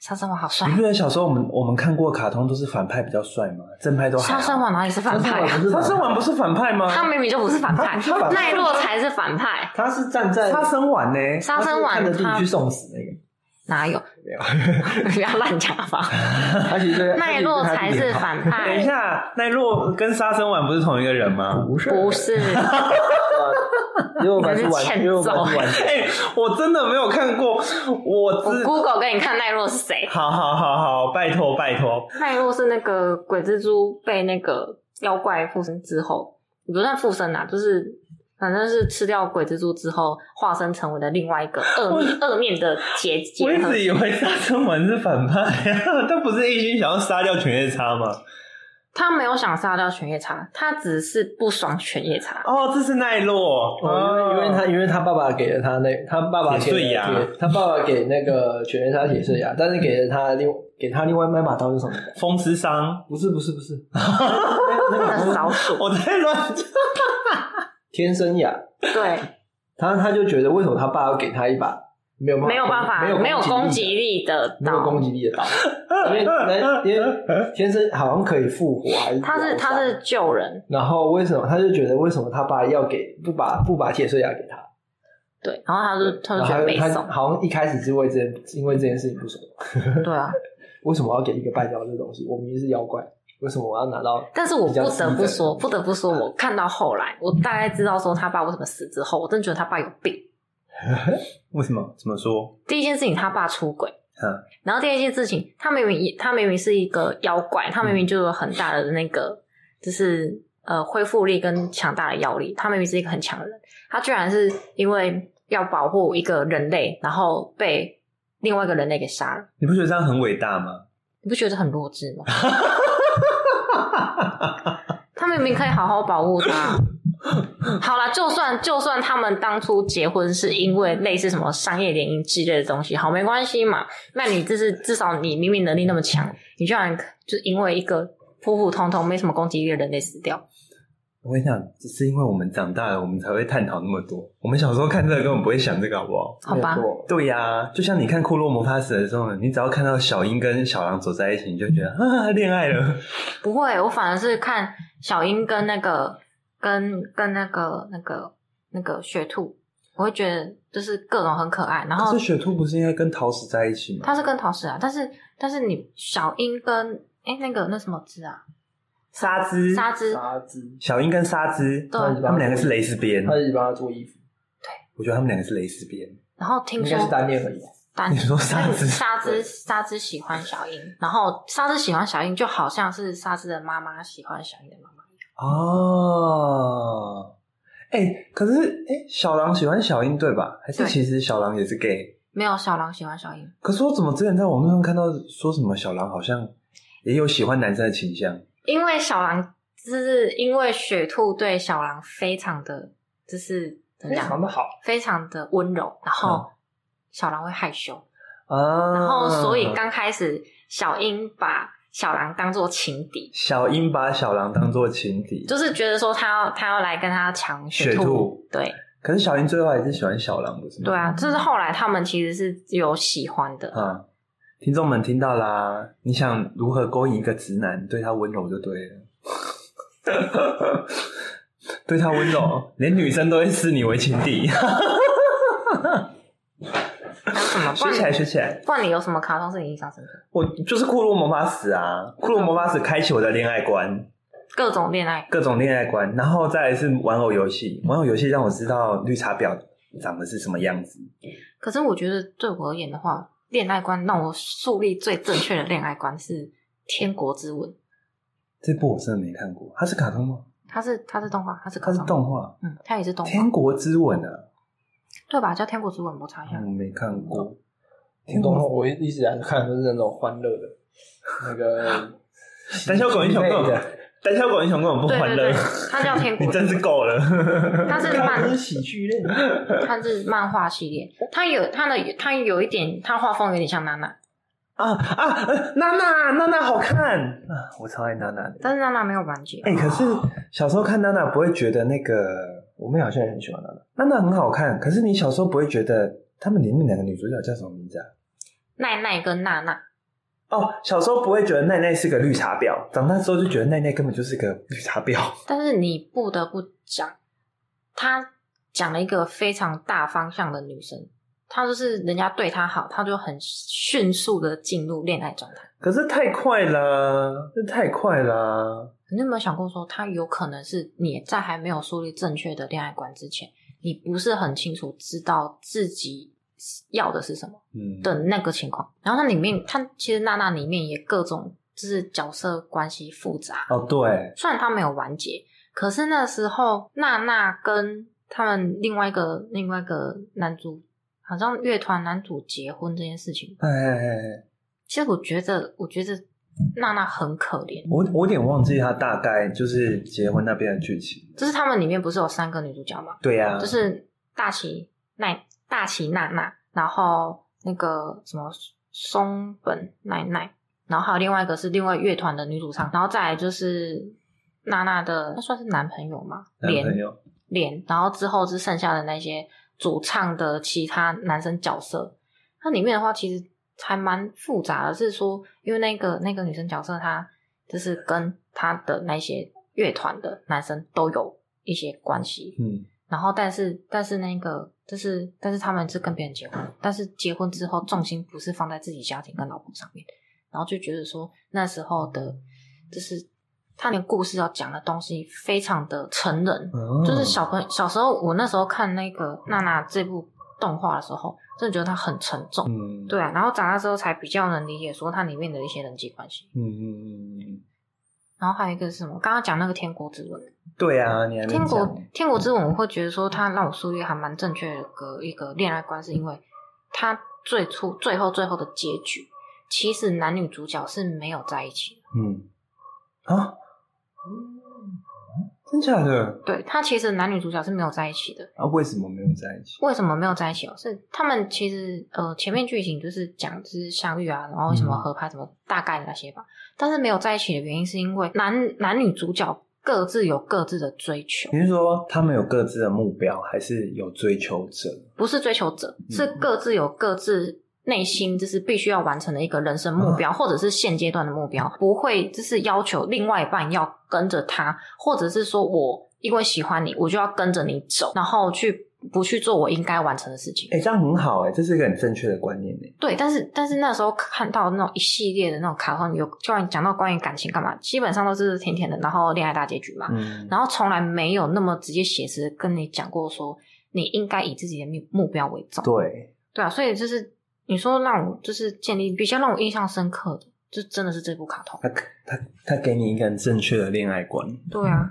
S1: 沙尘王好帅
S2: 你，不觉得小时候我们我们看过的卡通都是反派比较帅吗？正派都还
S1: 沙
S2: 好
S1: 尘王哪里是反派 啊？
S2: 沙生丸不是反派吗？
S1: 他明明就不是反
S3: 他
S1: 派
S3: 不是反，派
S1: 奈落才是反派，
S3: 他是站在
S2: 沙生丸呢？
S1: 沙生
S3: 他是看
S1: 丸
S3: 着弟弟
S1: 他
S3: 去送死那个，
S1: 哪有？
S3: 没有，
S1: 不要乱讲吧。
S3: 他其实 对
S1: 奈落才是反
S2: 等一
S1: 派，
S2: 下，奈落跟沙生丸不是同一个人吗？
S3: 不是
S1: 不， 是。
S3: 因为我们是玩，因为我们是玩
S2: 哎、我真的没有看过，我
S1: 我
S2: 知
S1: Google 给你看奈落是谁？
S2: 好好好好，拜托拜托，
S1: 奈落是那个鬼蜘蛛被那个妖怪附身之后，也不算附身啦、就是反正是吃掉鬼蜘蛛之后，化身成为了另外一个恶面恶面的结结
S2: 我一
S1: 合
S2: 直
S1: 体。
S2: 以为杀生丸是反派啊， 但不是一心想要杀掉犬夜叉吗？
S1: 他没有想杀掉犬夜叉，他只是不爽犬夜 叉。
S2: 哦，这是奈落，
S3: 哦，因为因为他因为他爸爸给了他那他爸爸给
S2: 铁碎牙
S3: 了铁他爸爸给那个犬夜叉铁碎牙，但是给了他另给他另外那把刀是什么？
S2: 风之伤，
S3: 不是不是不是，那
S1: 那
S3: 那
S1: 是
S3: 把刀
S1: 老鼠，
S2: 我在乱讲。
S3: 天生牙，
S1: 对，
S3: 他他就觉得为什么他爸要给他一把没有办法
S1: 没有办法，
S3: 没
S1: 没有
S3: 有
S1: 攻
S3: 击力
S1: 击力的
S3: 的没有
S1: 刀
S3: 攻，击力的刀，因为那因为天生好像可以复活还是
S1: 他是他是救人，
S3: 然后为什么他就觉得为什么他爸要给不把不把铁碎牙给他？
S1: 对，然后他就他
S3: 然
S1: 就觉
S3: 后
S1: 得没
S3: 他
S1: 送，
S3: 好像一开始是为这件因为这件事情不爽，
S1: 对啊。
S3: 为什么我要给一个半妖这东西？我明明是妖怪，为什么我要拿到？
S1: 但是我
S3: 比较
S1: 不
S3: 自
S1: 得不
S3: 在
S1: 说，不得不说，
S3: 嗯
S1: 我看到后来，我大概知道说他爸为什么死之后，我真的觉得他爸有病。
S2: 为什么？怎么说？
S1: 第一件事情，他爸出轨。
S2: 嗯
S1: 然后第二件事情，他明明也他明明是一个妖怪，他明明就有很大的那个，就是呃恢复力跟强大的妖力，他明明是一个很强的人，他居然是因为要保护一个人类，然后被另外一个人类给杀了，
S2: 你不觉得这样很伟大吗？
S1: 你不觉得很弱智吗？ 他明明可以好好保护他。 好啦，就算就算他们当初结婚是因为类似什么商业联姻之类的东西，好没关系嘛。那你这是至少你明明能力那么强，你居然就因为一个普普通通没什么攻击力的人类死掉，
S2: 我跟你讲，只是因为我们长大了，我们才会探讨那么多。我们小时候看这个根本不会想这个，好不好？
S1: 好吧
S3: 没？有错
S2: 对呀、就像你看《库洛魔法使》的时候呢，你只要看到小樱跟小狼走在一起，你就觉得啊，恋爱了。
S1: 不会，我反而是看小樱跟那个跟跟那个那个那个雪兔，我会觉得就是各种很可爱，然后
S2: 可是雪兔不是应该跟桃矢在一起吗？
S1: 他是跟桃矢啊，但是但是你小樱跟哎、那个那什么枝啊，
S2: 沙之，
S1: 沙之，
S3: 沙子，
S2: 小樱跟沙之，
S1: 对
S2: 他们两个是蕾丝边。
S3: 他一直帮他做衣服，
S2: 我觉得他们两个是蕾丝边。
S1: 然后听
S3: 应
S1: 说
S3: 该是单恋而已吧。
S1: 单
S2: 你说沙之，
S1: 沙之沙之喜欢小樱，然后沙之喜欢小樱，就好像是沙之的妈妈喜欢小樱的妈妈。
S2: 哦，哎、可是哎、小狼喜欢小樱对吧？还是
S1: 对
S2: 其实小狼也是 gay？
S1: 没有小狼喜欢小樱，
S2: 可是我怎么之前在网络上看到说什么小狼好像也有喜欢男生的倾向？
S1: 因为小狼就是因为雪兔对小狼非常的就是怎么
S3: 非常嗯
S1: 讲，
S3: 的好，
S1: 非常的温柔，然后小狼会害羞，
S3: 嗯
S2: 啊，
S1: 然后所以刚开始小樱把小狼当做情敌，
S2: 小樱把小狼当做情敌，
S1: 就是觉得说他要他要来跟他抢
S2: 雪
S1: 兔，
S2: 兔
S1: 对
S2: 可是小樱最后还是喜欢小狼，不是吗？
S1: 对啊，就是后来他们其实是有喜欢的，
S2: 啊，听众们听到啦，你想如何勾引一个直男，对他温柔就对了， 对他温柔，连女生都会视你为情 敌，
S1: 还有什么？不
S2: 学起来
S1: 然
S2: 学起来。
S1: 不然你有什么卡通是你印象深刻？
S2: 我就是库洛魔法使啊，库洛魔法使开启我的恋爱观。
S1: 各种恋爱，
S2: 各种恋爱观，然后再来是玩偶游戏。玩偶游戏让我知道绿茶婊长得是什么样子。
S1: 可是我觉得对我而言的话，恋爱观让我树立最正确的恋爱观是《天国之吻》，
S2: 这部我真的没看过，它是卡通吗？
S1: 它是它是动画，它是
S2: 它
S1: 卡
S2: 是
S1: 通，
S2: 动画
S1: 嗯，它也是动
S2: 《
S1: 画，
S2: 天国之吻》啊，
S1: 对吧？叫《天国之吻》，我查一下。
S2: 我没看过。嗯
S3: 听懂了，我一直来看都是那种欢乐的，那个
S2: 胆小狗英雄根本不
S3: 对
S2: 胆小狗英雄根本不
S1: 对
S2: 欢
S1: 对
S2: 乐
S1: 对，，它叫《天国
S2: 你
S1: 之吻
S2: 真》，是够了。
S1: 它是漫
S3: 看喜剧类的。
S1: 它是漫画系列，它有它的它有一点，它画风有点像娜娜，
S2: 啊啊，呃娜娜娜娜好看啊，我超爱娜娜的。
S1: 但是娜娜没有完结。
S2: 哎、可是小时候看娜娜不会觉得那个，我妹好像也很喜欢娜娜，娜娜很好看。可是你小时候不会觉得她们里面两个女主角叫什么名字啊？
S1: 奈奈跟娜娜，
S2: 哦，小时候不会觉得奈奈是个绿茶婊，长大之后就觉得奈奈根本就是个绿茶婊。
S1: 但是你不得不讲，她讲了一个非常大方向的女生，她就是人家对她好，她就很迅速的进入恋爱状态。
S2: 可是太快啦，这太快啦！
S1: 你有没有想过说，她有可能是你在还没有树立正确的恋爱观之前，你不是很清楚知道自己要的是什么？
S2: 嗯，
S1: 的那个情况。然后它里面，它其实娜娜里面也各种就是角色关系复杂，
S2: 哦对，
S1: 虽然它没有完结，可是那时候娜娜跟他们另外一个另外一个男主，好像乐团男主结婚这件事情，
S2: 哎哎哎哎，
S1: 其实我觉得，我觉得娜娜很可怜，
S2: 我我有点忘记他大概就是结婚那边的剧情。
S1: 就是他们里面不是有三个女主角嘛，
S2: 对啊呀、
S1: 就是大崎奈、大崎娜娜，然后那个什么松本奈奈，然后还有另外一个是另外乐团的女主唱，然后再来就是娜娜的，那算是男朋友吗？
S2: 男
S1: 莲
S2: 朋友，
S1: 脸，然后之后是剩下的那些主唱的其他男生角色。那里面的话，其实还蛮复杂的，是说因为那个那个女生角色，她就是跟她的那些乐团的男生都有一些关系，
S2: 嗯，
S1: 然后但是但是那个就是但是他们是跟别人结婚，但是结婚之后重心不是放在自己家庭跟老婆上面，然后就觉得说那时候的，就是他连故事要讲的东西非常的成人，
S2: 哦
S1: 就是小朋友小时候，我那时候看那个娜娜这部动画的时候，真的觉得它很沉重。
S2: 嗯，
S1: 对啊，然后长大之后才比较能理解说它里面的一些人际关系。
S2: 嗯，嗯嗯嗯，
S1: 然后还有一个是什么？刚刚讲那个天国之吻
S2: 对啊，你还
S1: 《
S2: 没
S1: 天国之吻》，《天
S2: 讲
S1: 国天国之吻》，我会觉得说它让我树立还蛮正确的一个一个恋爱观，是因为它最初最后最后的结局，其实男女主角是没有在一起的。
S2: 嗯，啊，真假的？
S1: 对，他其实男女主角是没有在一起的。
S2: 啊，为什么没有在一起？
S1: 为什么没有在一起哦？是他们其实呃前面剧情就是讲就是相遇啊，然后什么
S2: 嗯
S1: 合拍什么大概的那些吧，但是没有在一起的原因是因为男男女主角各自有各自的追求，
S2: 你是说他们有各自的目标，还是有追求者？
S1: 不是追求者，
S2: 嗯
S1: 是各自有各自。内心就是必须要完成的一个人生
S2: 嗯
S1: 目标，或者是现阶段的目标，不会就是要求另外一半要跟着他，或者是说我因为喜欢你，我就要跟着你走，然后去不去做我应该完成的事情。
S2: 哎、这样很好哎、这是一个很正确的观念哎、
S1: 对，但是但是那时候看到那种一系列的那种卡通，有就像你讲到关于感情干嘛，基本上都是甜甜的，然后恋爱大结局嘛，
S2: 嗯，
S1: 然后从来没有那么直接写实地跟你讲过说你应该以自己的目目标为重。
S2: 对，
S1: 对啊，所以就是你说让我就是建立比较让我印象深刻的，就真的是这部卡通。
S2: 他他他给你一个很正确的恋爱观，
S1: 对啊，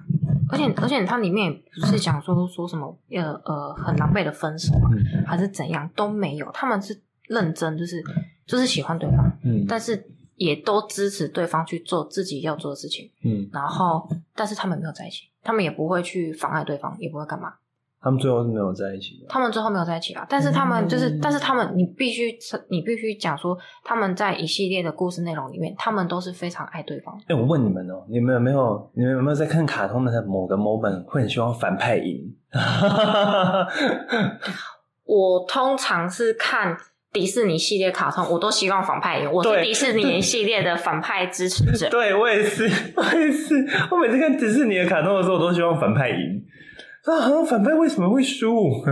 S1: 而且而且它里面也不是讲说说什么呃呃很狼狈的分手啊，
S2: 嗯
S1: 还是怎样都没有，他们是认真就是就是喜欢对方。
S2: 嗯
S1: 但是也都支持对方去做自己要做的事情。
S2: 嗯，
S1: 然后，但是他们没有在一起，他们也不会去妨碍对方，也不会干嘛。
S2: 他们最后是没有在一起的。
S1: 他们最后没有在一起啦，但是他们就是，
S2: 嗯
S1: 但是他们，你必须，你必须讲说，他们在一系列的故事内容里面，他们都是非常爱对方的。
S2: 哎、我问你们哦、你们有没有你们有没有在看卡通的某个 moment 会很希望反派赢？
S1: 我通常是看迪士尼系列卡通，我都希望反派赢。我是
S2: 对
S1: 迪士尼系列的反派支持者。
S2: 对我也是，我也是。我每次看迪士尼的卡通的时候，我都希望反派赢。啊，反派为什么会输？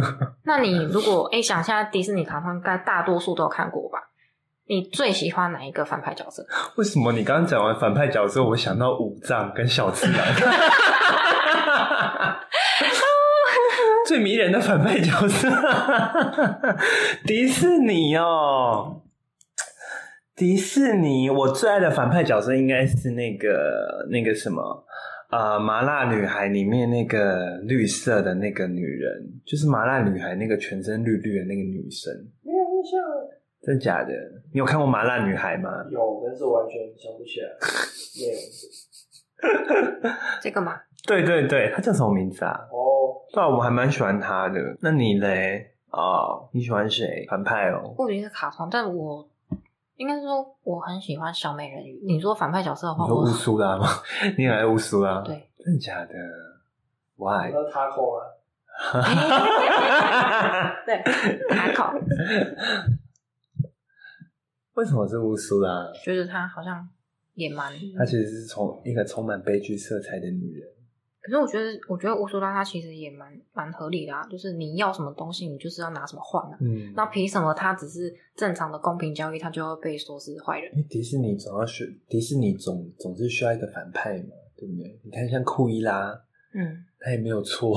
S1: 那你如果哎、想一下迪士尼卡通，应该大多数都有看过吧？你最喜欢哪一个反派角色？
S2: 为什么你刚刚讲完反派角色，我想到五藏跟小次 郎？最迷人的反派角色，迪士尼哦，迪士尼，我最爱的反派角色应该是那个那个什么，呃，麻辣女孩里面那个绿色的那个女人，就是麻辣女孩那个全身绿绿的那个女生，
S3: 没有印象，
S2: 真假的？你有看过麻辣女孩吗？
S3: 有，但是我完全想不起来。 没有
S1: 这个嘛，
S2: 对对对，她叫什么名字啊？
S3: 哦，
S2: 对啊，我还蛮喜欢他的。那你嘞？哦，你喜欢谁？反派哦。
S1: 不仅是卡通，但我应该说我很喜欢小美人鱼。你说反派角色的话，
S2: 你说乌
S1: 哦我
S2: 苏拉吗？ 你也爱乌苏拉？，
S1: 对，
S2: 真的假的 ？Why？
S3: 那 Taco 啊，
S1: 对，卡口，
S2: 为什么是乌苏拉？
S1: 觉得她好像也蛮……嗯
S2: 她其实是从一个充满悲剧色彩的女人。
S1: 可是我觉得，我觉得乌苏拉她其实也蛮蛮合理的啊，就是你要什么东西，你就是要拿什么换啊。
S2: 嗯
S1: 那凭什么她只是正常的公平交易，她就要被说是坏人？
S2: 因为迪士尼总要选，迪士尼总总是需要一个反派嘛，对不对？你看像库伊拉，
S1: 嗯，
S2: 他也没有错。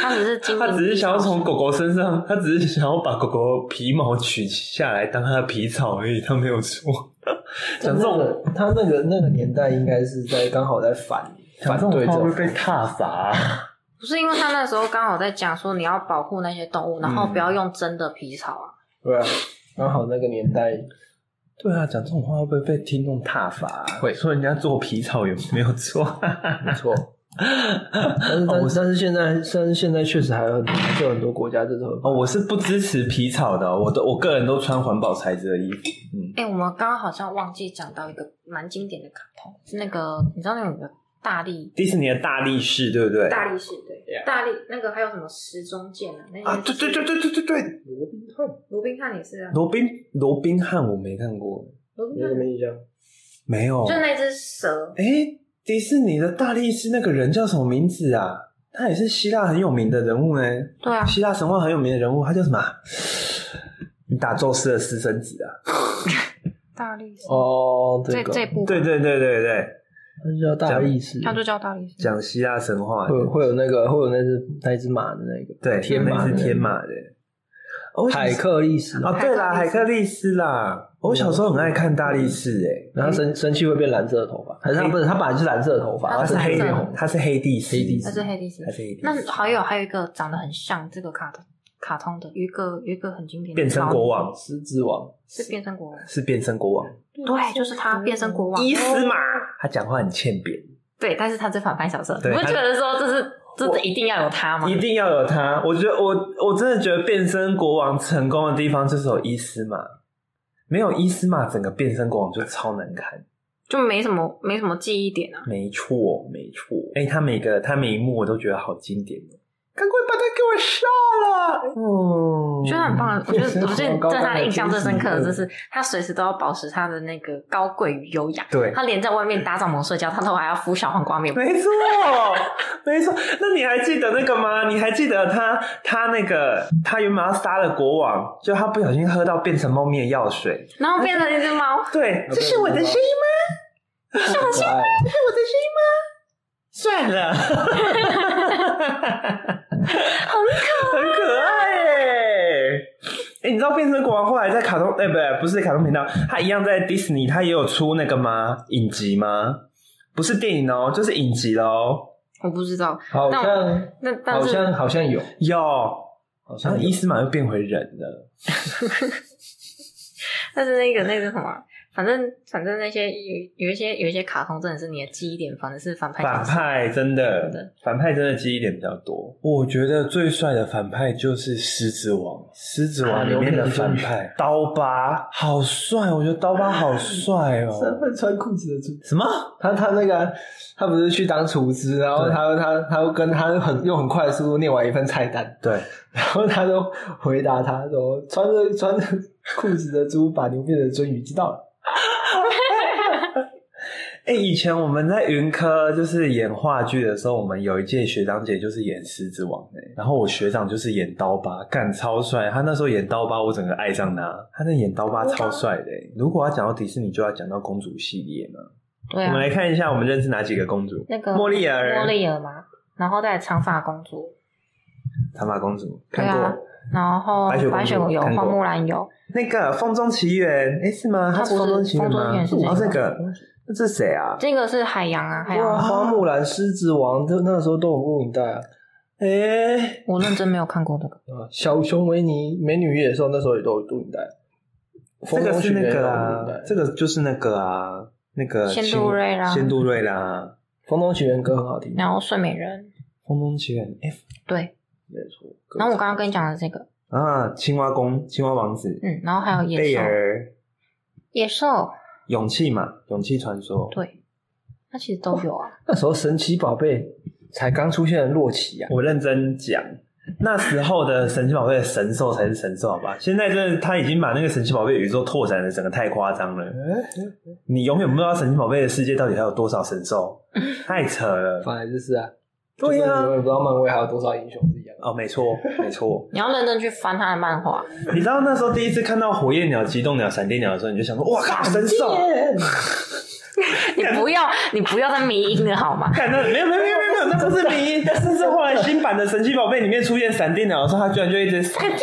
S1: 他只是 精明
S2: 他只是想要从狗狗身上，他只是想要把狗狗皮毛取下来当他的皮草而已，他没有错。讲这
S3: 那
S2: 种
S3: 个他那个那个年代应该是在刚好在反
S2: 讲
S3: 反
S2: 这种
S3: 对
S2: 话
S3: 这
S2: 会
S3: 种
S2: 被踏伐、啊
S1: 不是因为他那时候刚好在讲说你要保护那些动物，然后不
S2: 嗯
S1: 要用真的皮草啊。
S3: 对啊，刚好那个年代
S2: 对啊，讲这种话会不会被听众踏伐、啊？
S3: 会
S2: 说人家做皮草有没有错？
S3: 没错。但
S2: 哦
S3: 是但是但是现在，但是现在确实还有很多，还是有很多国家这种
S2: 哦，我是不支持皮草的哦、我都我个人都穿环保材质的衣服。嗯，
S1: 哎、我们刚刚好像忘记讲到一个蛮经典的卡通，是那个你知道那种有个大力
S2: 迪士尼的大力士，对不对？
S1: 大力士对
S3: Yeah
S1: 大力那个还有什么时钟剑啊？那些
S2: 啊，对对对，对对对对，
S3: 罗宾汉，
S1: 罗宾汉也是啊，
S2: 罗宾罗宾汉我没看过，
S1: 罗宾
S3: 有
S1: 汉
S3: 什么印象？
S2: 没有。
S1: 就那只蛇，
S2: 哎，迪士尼的大力士那个人叫什么名字啊？他也是希腊很有名的人物呢，
S1: 对啊，
S2: 希腊神话很有名的人物，他叫什么啊？你打宙斯的私生子啊？
S1: 大力士，
S3: 哦，
S1: 这
S3: 这个
S1: 这部
S2: 对对对对对，
S3: 它叫大力士，
S1: 他就叫大力士，
S2: 讲希腊神话的
S3: 会有会有那个会有那只那一只马的那个
S2: 对，
S3: 嗯天
S2: 那
S3: 马的
S2: 是
S3: 那个
S2: 天马的。哦我小
S3: 海克力士，
S2: 哦，对啦，海
S1: 海
S2: 克
S1: 克
S2: 力斯啦，哦我小时候很爱看大力士哎诶、
S3: 然后生生气会变蓝色的头发，还是他不是他本来是蓝色的头发，然
S1: 他
S2: 他
S3: 后
S1: 是
S2: 是
S3: 生
S1: 蓝
S2: 黑
S3: 气会
S1: 色
S3: 变
S1: 的
S3: 红。
S2: 他是黑帝斯，
S3: 黑帝斯
S1: 他是黑帝斯
S2: 他。是黑帝斯，
S1: 那还有还有一个长得很像这个卡的卡通的，有一个有一个很经典的
S2: 变身国王
S3: 狮子王，
S1: 是变身国王，
S2: 是变身国王，
S1: 对，就是他变身国王，哦
S2: 伊斯玛，他讲话很欠扁，
S1: 对，但是他是反派角色，
S2: 对
S1: 你不
S2: 他
S1: 觉得说这是这是一定要有他吗？
S2: 一定要有他。我觉得我我真的觉得变身国王成功的地方就是有伊斯玛，没有伊斯玛，整个变身国王就超难看。
S1: 就没什么没什么记忆点啊。
S2: 没错，没错。哎、他每个他每一幕我都觉得好经典哦。赶快把他给我杀了！嗯，
S1: 我觉得很棒，啊我觉
S3: 确实
S1: 得我最
S3: 好高
S1: 对他
S3: 端
S1: 的
S3: 的
S1: 印象最深刻的
S3: 阶级
S1: 就是他随时都要保持他的那个高贵与优雅。
S2: 对
S1: 他连在外面打帐篷睡觉，他都还要敷小黄瓜面膜。
S2: 没错，没错。那你还记得那个吗？你还记得他他那个他原本要杀了国王，就他不小心喝到变成猫咪的药水。
S1: 然后变成一只 猫，
S2: 对，这是我的声音吗？
S3: 好可爱，
S2: 算 了，
S1: 很可
S2: 很可爱耶。哎、你知道变身国王后来在卡通哎、不不是卡通频道，他一样在迪士尼，他也有出那个吗？影集吗？不是电影哦，就是影集喽。
S1: 我不知道，
S3: 好
S1: 那我
S3: 像
S1: 那但
S3: 好
S1: 是
S3: 像好像有，
S2: 有，
S3: 好
S2: 然后
S3: 像有
S2: 伊斯玛又变回人了。
S1: 但是那个那个什么，啊反正反正那些有有一些有一些卡通真的是你的记忆点，反正是反派角
S2: 反
S1: 色。
S2: 派
S1: 真
S2: 真的
S1: 的，
S2: 反派真的记忆点比较多。我觉得最帅的反派就是狮子王，啊狮子王里面的反派刀疤好帅，我觉得刀疤好帅哦。
S3: 身份穿裤子的猪。
S2: 什么？
S3: 他他那个他不是去当厨师，然后
S2: 对
S3: 他他他跟他很用很快的速度念完一份菜单，
S2: 对，
S3: 然后他就回答他说：“穿着穿着裤子的猪把牛变成鳟鱼，知道了。
S2: 哎、以前我们在云科就是演话剧的时候，我们有一届学长姐就是演狮子王哎、然后我学长就是演刀疤，干超帅。他那时候演刀疤，我整个爱上他。他那演刀疤超帅的、欸。如果要讲到迪士尼，就要讲到公主系列嘛。
S1: 对
S2: 我
S1: 啊
S2: 们，来看一下，我们认识哪几个公主？
S1: 那个
S2: 莫莉尔、
S1: 莫莉尔嘛，然后再来长发公主，
S2: 长发公主
S1: 对
S2: 看
S1: 啊
S2: 过，
S1: 然后
S2: 白雪公主
S1: 白雪公主有，
S2: 看过
S1: 花木兰有，
S2: 那个《风中奇缘》，哎，是吗？
S1: 它
S2: 它
S1: 不
S2: 风中
S1: 是
S2: 奇缘》
S1: 啊风中
S2: 吗？
S1: 奇缘
S2: 哦，
S1: 是
S2: 这
S1: 这个
S2: 个，那这是谁啊？
S1: 这个是海洋啊，”海洋
S3: 哇，
S1: 啊，
S3: 花木兰、狮子王，都那个时候都有录影带啊。
S2: 哎，
S1: 我认真没有看过这个。
S3: 啊小熊维尼、美女与野兽那时候也都有录影带。
S2: 这个是那个啊
S3: 风中奇缘也有录影带，
S2: 这个就是那个啊，那个
S1: 仙杜瑞拉
S2: 仙杜瑞拉，
S3: 风中奇缘歌很好听，
S1: 然后睡美人，
S2: 《风中奇缘》哎
S1: 对，
S3: 没错。歌
S1: 然后我刚刚跟你讲的这个，
S2: 啊，青蛙公、青蛙王子、
S1: 嗯，然后还有
S2: 贝
S1: 野兽，
S2: 尔、
S1: 野兽，
S2: 勇气嘛，勇气传说。
S1: 对，它其实都有啊。
S3: 那时候神奇宝贝才刚出现的洛奇啊，
S2: 我认真讲，那时候的神奇宝贝的神兽才是神兽，好吧？现在真的他已经把那个神奇宝贝宇宙拓展的整个太夸张了，你永远不知道神奇宝贝的世界到底还有多少神兽，太扯了。
S3: 反正就是啊，
S2: 对呀、
S3: 就是你永远不知道漫威还有多少英雄是一样的。
S2: 哦，没错，没错。
S1: 你要认真去翻它的漫 画，
S2: 你知道那时候第一次看到火焰鸟、机动鸟、闪电鸟的时候，你就想说：“哇靠，神兽！”
S1: 你不要，你不要再迷音了好吗？
S2: 看那没有没有没有没有，那不是迷因，但是是后来新版的神奇宝贝里面出现闪电鸟的时候，它居然就一直闪电，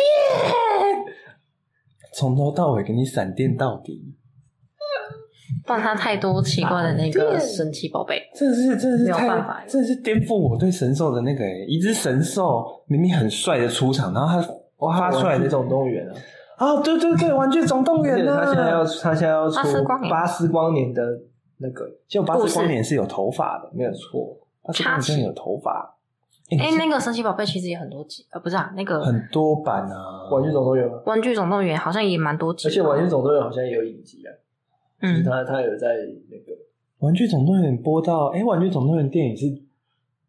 S2: 从头到尾给你闪电到底。
S1: 不然他太多奇怪的那个神奇宝贝。
S2: 真的是，真的是
S1: 没有
S2: 太
S1: 办法，
S2: 真的是颠覆我对神兽的那个、欸。一只神兽明明很帅的出场，然后他哇他出来
S3: 玩
S2: 的
S3: 具总动员啊，
S2: 啊，对对 对，玩具总动
S3: 而且
S2: 员啊！
S3: 他现在要他现在要
S1: 巴斯
S3: 出
S1: 光年
S3: 巴斯光年的那个，
S2: 就巴
S1: 故
S2: 斯
S1: 事
S2: 光年是有头发的，
S3: 没有错，
S2: 巴斯光年真的有头发。欸
S1: 哎、那个神奇宝贝其实也很多集，呃，不是啊，那个
S2: 很多版啊，
S3: 玩具总动员嘛，
S1: 玩具总动员好像也蛮多集
S3: 而
S1: 的，
S3: 且玩具总动员好像也有影集啊，就是
S1: 嗯，
S3: 他他有在那个
S2: 玩具总动员播到哎，玩具总动员电影是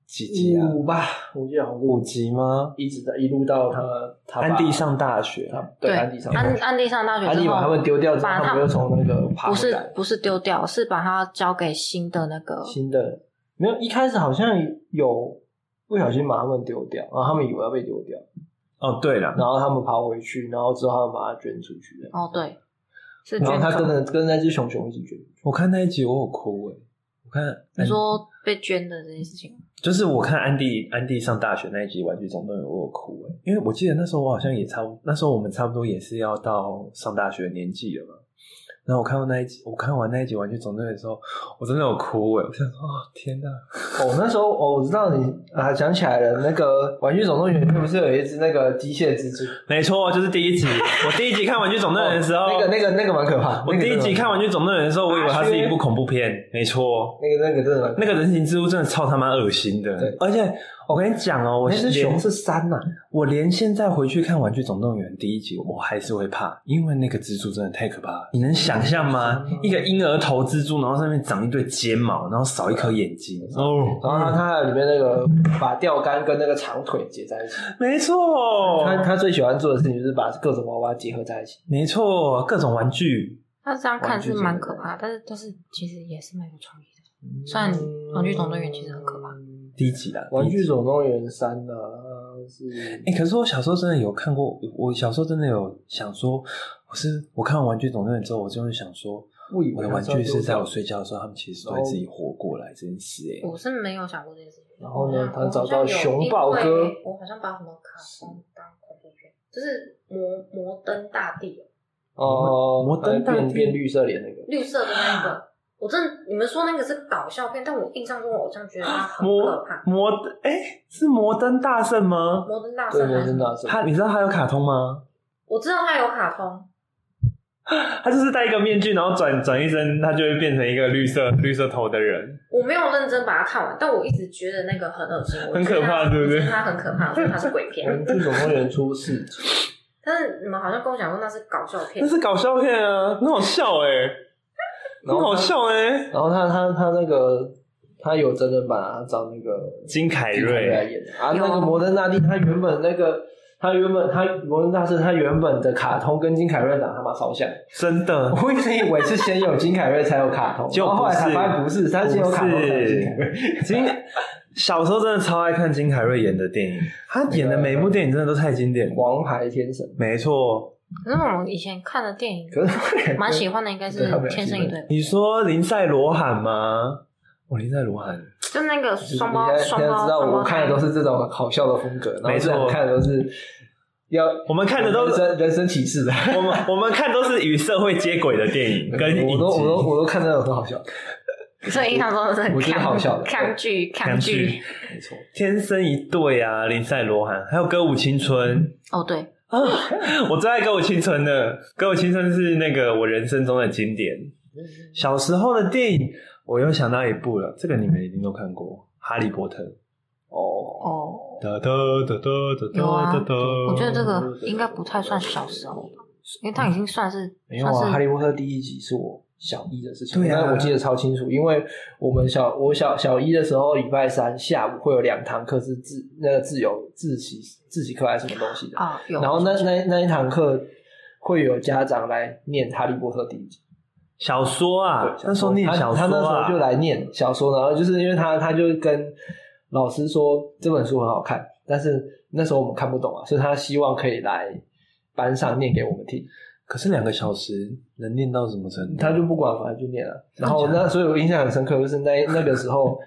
S2: 几集啊？
S3: 五吧，我记得好像是
S2: 五集吗？
S3: 一直在一路到他他爸
S2: 安迪上大学，
S3: 他对
S1: 对，
S3: 安迪上
S1: 安安地上大学
S3: 安迪
S1: 之后，
S3: 把他们丢掉之后，
S1: 把
S3: 他
S1: 他
S3: 们又从那个爬
S1: 不
S3: 回
S1: 是
S3: 来。
S1: 不是丢掉，是把它交给新的那个，
S3: 新的没有，一开始好像有不小心把他们丢掉，然啊后他们以为要被丢掉，
S2: 哦，对了，
S3: 然后他们爬回去，然后之后他们把它捐出去了，
S1: 哦对，是
S3: 然
S1: 卷
S3: 后他跟
S1: 走。
S3: 着跟那只熊熊一起捐出去。
S2: 我看那一集我有哭哎，我看
S1: 你说被捐的这件事情，
S2: 就是我看安迪安迪上大学那一集《玩具总动员》，我有哭哎、因为我记得那时候我好像也差不，那时候我们差不多也是要到上大学的年纪了嘛。然后我看到那一集，我看完那一集《玩具总动员》的时候，我真的有哭哎、我想说，哦天哪，
S3: 哦，那时候哦，我知道你啊，想起来了，那个《玩具总动员》里面不是有一只那个机械蜘蛛？
S2: 没错，就是第 一集，我第一集看《玩具总动员》的时候，
S3: 哦那个那个那个蛮可怕。
S2: 我第一集看《玩具总动员》的时候，我以为它是一部恐怖片，没错。
S3: 那个那个真的蛮可
S2: 那
S3: 怕
S2: 个人形蜘蛛真的超他妈恶心的
S3: 对，
S2: 而且我跟你讲哦、我
S3: 那只熊
S2: 连嗯
S3: 是山呐、
S2: 我连现在回去看《玩具总动员》第一集，我还是会怕，因为那个蜘蛛真的太可怕了。你能想象吗？一个婴儿头蜘蛛，然后上面长一堆睫毛，然后少一颗眼睛。哦，
S3: 然后它它还有里面那个把钓竿跟那个长腿结在一起。
S2: 没错，
S3: 他他最喜欢做的事情就是把各种娃娃结合在一起。
S2: 没错，各种玩具。
S1: 他这样看是蛮可
S3: 玩
S1: 怕，但是但是其实也是蛮有创意的。虽然玩具总动员其实很可怕
S3: 嗯
S2: 第一集啦，
S3: 玩
S2: 第一
S3: 具
S2: 集。
S3: 总动员三呢、啊、是
S2: 哎、可是我小时候真的有看过，我小时候真的有想说，我是我看完《玩具总动员》之后，我真的想说，
S3: 不以
S2: 我
S3: 为
S2: 的
S3: 它
S2: 玩
S3: 要
S2: 具
S3: 丢
S2: 是在
S3: 掉
S2: 我睡觉的时候，他们其实都会自己活过来这件事、欸。
S1: 我是没有想过这件事情。
S3: 然后呢
S1: 我好像
S3: 他找到
S1: 有
S3: 熊抱哥
S1: 因为我好像把什么卡通当恐怖片，就是摩摩登大地哦
S3: 哦，
S2: 摩登大
S3: 变
S2: 帝
S3: 变绿色脸那个
S1: 绿色的那一个。我真的，你们说那个是搞笑片，但我印象中我好像觉得它很可
S2: 摩
S1: 怕。
S2: 摩哎、是摩登大圣吗？
S1: 摩登大
S3: 对
S1: 圣还
S3: 摩
S1: 是什
S3: 登
S1: 么，
S3: 大圣，
S2: 他你知道他有卡通吗？
S1: 我知道它有卡通，
S2: 他就是戴一个面具，然后转转一身，他就会变成一个绿色绿色头的人。
S1: 我没有认真把它看完，但我一直觉得那个很恶心，我
S2: 很可怕
S1: 觉得它
S2: 对不对
S1: 我觉得它很可怕，我觉得它是鬼 片。
S3: 玩具总动员出四 集，
S1: 但是你们好像跟我讲说那是搞笑片
S2: 那，
S3: 嗯
S2: 是搞笑片啊，很好笑哎、很
S3: 然后
S2: 好
S3: 他，
S2: 笑哎、
S3: 然后他他他那个他有真人版啊，找那个
S2: 金凯
S3: 金凯瑞来
S2: 瑞，
S3: 演的啊，
S1: 有
S3: 那个摩登大帝他原本那个。他原本他摩登大圣他原本的卡通跟金凯瑞长他妈超像，
S2: 真的
S3: 我一直以为是先有金凯瑞才有卡通，
S2: 就
S3: 然后后来才发现不是，他先有卡通
S2: 不
S3: 才有金凯瑞。
S2: 是金。小时候真的超爱看金凯瑞演的电影，他演的每一部电影真的都太经典。
S3: 王牌天神，
S2: 没错，
S1: 可是我们以前看的电影，
S3: 可是
S1: 蛮喜欢的应该是
S3: 对他们
S1: 《
S3: 俩
S1: 天生一对吧》，
S2: 你说林赛罗韩吗？我、林赛罗韩，
S1: 就那个双
S3: 你
S1: 胞
S3: 现在
S1: 双
S3: 现在
S1: 胞
S3: 知道
S1: 双
S3: 我
S1: 胞
S3: 看的
S1: 胎
S3: 都。是这种好笑的风格，然后
S2: 没错
S3: 这种看的都是要
S2: 我们看的都
S3: 人
S2: 是
S3: 生人生启示的。
S2: 我们我们看都是与社会接轨的电影 跟影集
S3: 我都我都我都看那种很好笑，
S1: 所以印象中是很
S3: 我觉得好笑的
S1: 抗拒抗拒。
S3: 没错。
S2: 天生一对啊，林赛罗韩，还有歌舞青春
S1: 哦，对，
S2: 啊， 我最爱歌舞青春的，歌舞青春是那个我人生中的经典。小时候的电影，我又想到一部了，这个你们一定都看过，《哈利波特》。
S3: 哦，
S1: 哦，
S2: 哒哒哒哒
S1: 有啊
S2: 哒哒哒。
S1: 我觉得这个应该不太算小时候吧，因为它已经算是
S3: 没有啊，
S1: 算
S3: 《哈
S1: 是
S3: 利波特》第一集是我小一的事情，
S2: 对啊
S3: 但我记得超清楚，因为我们小我小小一的时候，礼拜三下午会有两堂课是自那个自由自习自习课还是什么东西的，
S1: 啊有。
S3: 然后那那那一堂课会有家长来念《哈利波特》第一集，
S2: 小说啊
S3: 对，，
S2: 那时候念小说
S3: 他，他
S2: 啊，
S3: 那时候就来念小说，然后就是因为他他就跟老师说这本书很好看，但是那时候我们看不懂啊，所以他希望可以来班上念给我们听，
S2: 可是两个小时能念到什么程度？
S3: 他就不管，反正就念了。然后那所以我印象很深刻，就是那那个时候。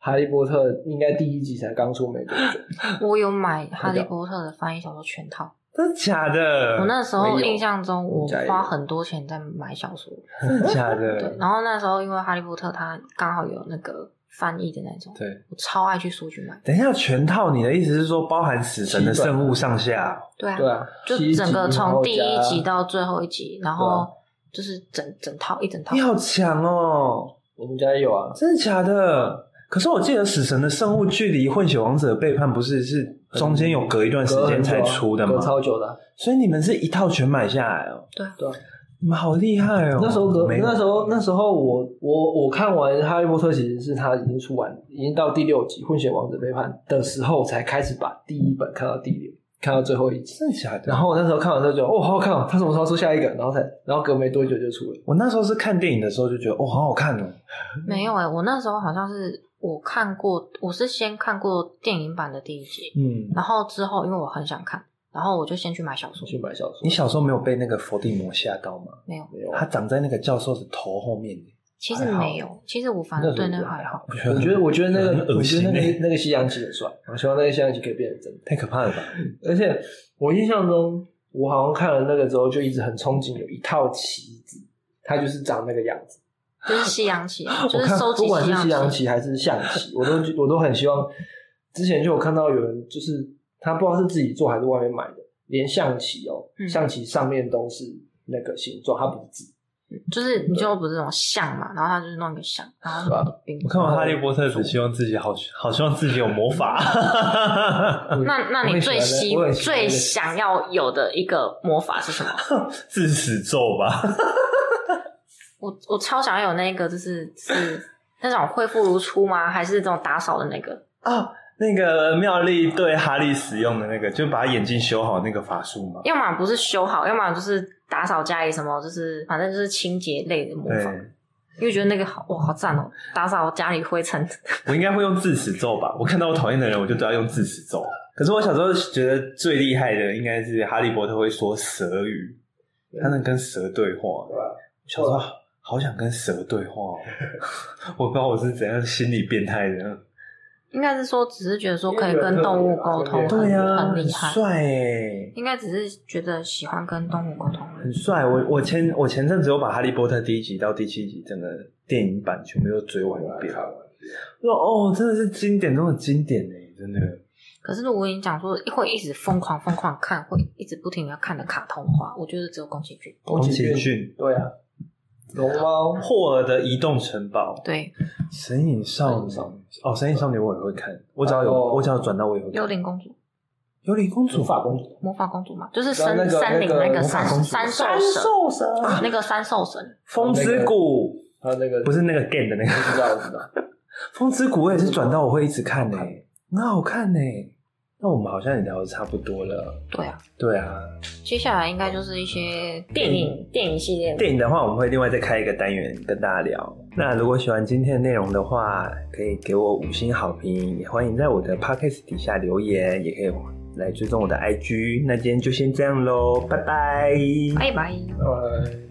S3: 哈利 波特应该第一集才刚出没多久，
S1: 我有买《哈利波特》的翻译小说全套，
S2: 真的假的？
S3: 呃
S1: 我那时候
S3: 没有
S1: 印象中，我
S3: 家也有
S1: 花很多钱在买小说，
S2: 真的假 的
S1: 对，？然后那时候因为《哈利波特》它刚好有那个翻译的那种，
S2: 对，
S1: 我超爱去书局买。
S2: 等一下，全套你的意思是说包含死神的圣物上下？
S1: 对啊，
S3: 对啊，
S1: 就
S3: 七集
S1: 整个从第一集，
S3: 然后加
S1: 到最后一集，然
S3: 对
S1: 后
S3: 啊
S1: 就是整整套一整套
S2: 你。好强哦！
S3: 我们家也有啊，
S2: 真的假的？可是我记得死神的圣物距离混血王子的背叛不是是中间有隔一段时
S3: 隔
S2: 间
S3: 很久啊
S2: 才出的
S3: 隔
S2: 吗？
S3: 超久的啊。
S2: 所以你们是一套全买下来哦。
S1: 对啊
S3: 对啊
S2: 你们好厉害哦！
S3: 那时候隔
S2: 没有
S3: 那时候那时候我我我看完《哈利波特》其实是他已经出完，已经到第六集《混血王子背叛》的时候，才开始把第一本看到第六，看到最后一集。
S2: 真的假的？
S3: 然后我那时候看完之后就哦，好好看哦！他什么时候出下一个？然后才，然后隔没多久就出了。
S2: 我那时候是看电影的时候就觉得哦，好好看哦。
S1: 没有哎、我那时候好像是我看过，我是先看过电影版的第一集，
S2: 嗯，
S1: 然后之后因为我很想看，然后我就先去买小说。
S3: 去买小说，
S2: 你小时候没有被那个伏地魔吓到吗？
S1: 没有，
S3: 没有啊？
S2: 他长在那个教授的头后面，
S1: 其实没有，其实我反
S3: 那
S1: 而
S3: 时候
S1: 对那
S3: 觉
S1: 个
S3: 得
S1: 还
S3: 还
S1: 好。
S3: 好。我觉得，我觉得那
S2: 很
S3: 个，
S2: 恶
S3: 我
S2: 心
S3: 觉得那
S2: 欸
S3: 个那个西洋棋很帅，我希望那个西洋棋可以变成真的。
S2: 太可怕了吧？
S3: 而且我印象中，我好像看了那个之后，就一直很憧憬有一套棋子，它就是长那个样子。
S1: 就是西洋棋啊，就
S3: 我
S1: 是
S3: 看
S1: 收集
S3: 不管是西洋
S1: 棋。
S3: 棋还是象棋，我都我都很希望。之前就有看到有人，就是他不知道是自己做还是外面买的，连象棋哦，
S1: 嗯
S3: 象棋上面都是那个形状，它不是字。
S1: 就是你就不是那种像嘛，然后他就是弄一个像，然后
S3: 是吧
S1: 冰
S2: 我看完《哈利波特》只希望自己好，好希望自己有魔 法。
S1: 那那
S3: 我
S1: 你
S3: 很喜
S1: 最
S3: 欢
S1: 希
S3: 我很喜欢那
S1: 最
S3: 个
S1: 想要有的一个魔法是什么？
S2: 致死咒吧，
S1: 我我超想要有那个，就是是那种恢复如初吗？还是这种打扫的那个？
S2: 啊，那个妙丽对哈利使用的那个，就把眼睛修好那个法术嘛。
S1: 要么不是修好，要么就是打扫家里什么，就是反正就是清洁类的魔
S2: 对
S1: 法。，因为觉得那个好哇，好赞哦！打扫家里灰尘，
S2: 我应该会用致死咒吧。我看到我讨厌的人，我就都要用致死咒。可是我小时候觉得最厉害的应该是哈利波特会说蛇语，他能跟蛇对话。
S3: 对吧？
S2: 小时候好想跟蛇对话、哦， 我不知道我是怎样心理变态的。
S1: 应该是说只是觉得说可以
S3: 因为
S1: 跟
S3: 人
S1: 动物
S3: 特别吧
S1: 沟通，
S3: 对
S1: 很
S2: 呀、啊，
S1: 很
S2: 很
S1: 厉害。
S2: 帅哎。
S1: 应该只是觉得喜欢跟动物沟通而已。
S2: 很帅。我我前我前阵子有把《哈利波特》第一集到第七集整个电影版全部都追完一遍，说哦，真的是经典中的经典哎、真的。
S1: 可是如果你讲说会一直疯狂疯狂看，会一直不停的看的卡通的话，我觉得只有宫崎骏。
S3: 宫
S2: 宫
S3: 崎
S2: 崎
S3: 骏
S2: 骏、
S3: 对啊，龙猫
S2: 霍尔的《移动城堡》、
S1: 对，
S2: 《神隐少女
S3: 神隐》少女
S2: 哦，《神隐少女》我也会看，我只要有
S3: 还有
S2: 我只要转到我也会看。
S1: 幽灵公主、
S2: 幽灵公主
S3: 主法公主，
S1: 魔法公主嘛，就是
S3: 知道
S1: 森
S3: 那个
S1: 森林那
S3: 那
S1: 个
S3: 个
S1: 三
S2: 魔法公主
S1: 三兽神，
S3: 神，
S1: 那个三兽神，
S2: 风之谷
S3: 还有那个
S2: 不是那个 game 的那个
S3: 我知道我 知道，
S2: 风之谷，我也是转到我会一直看哎、很好看哎、那我们好像也聊的差不多了，
S1: 对啊。
S2: 对啊。
S1: 接下来应该就是一些电影电影系列，
S2: 电影的话，我们会另外再开一个单元跟大家聊。那如果喜欢今天的内容的话，可以给我五星好评，也欢迎在我的 podcast 底下留言，也可以来追踪我的 IG。那今天就先这样喽，拜拜。
S1: 拜拜。
S3: 呃。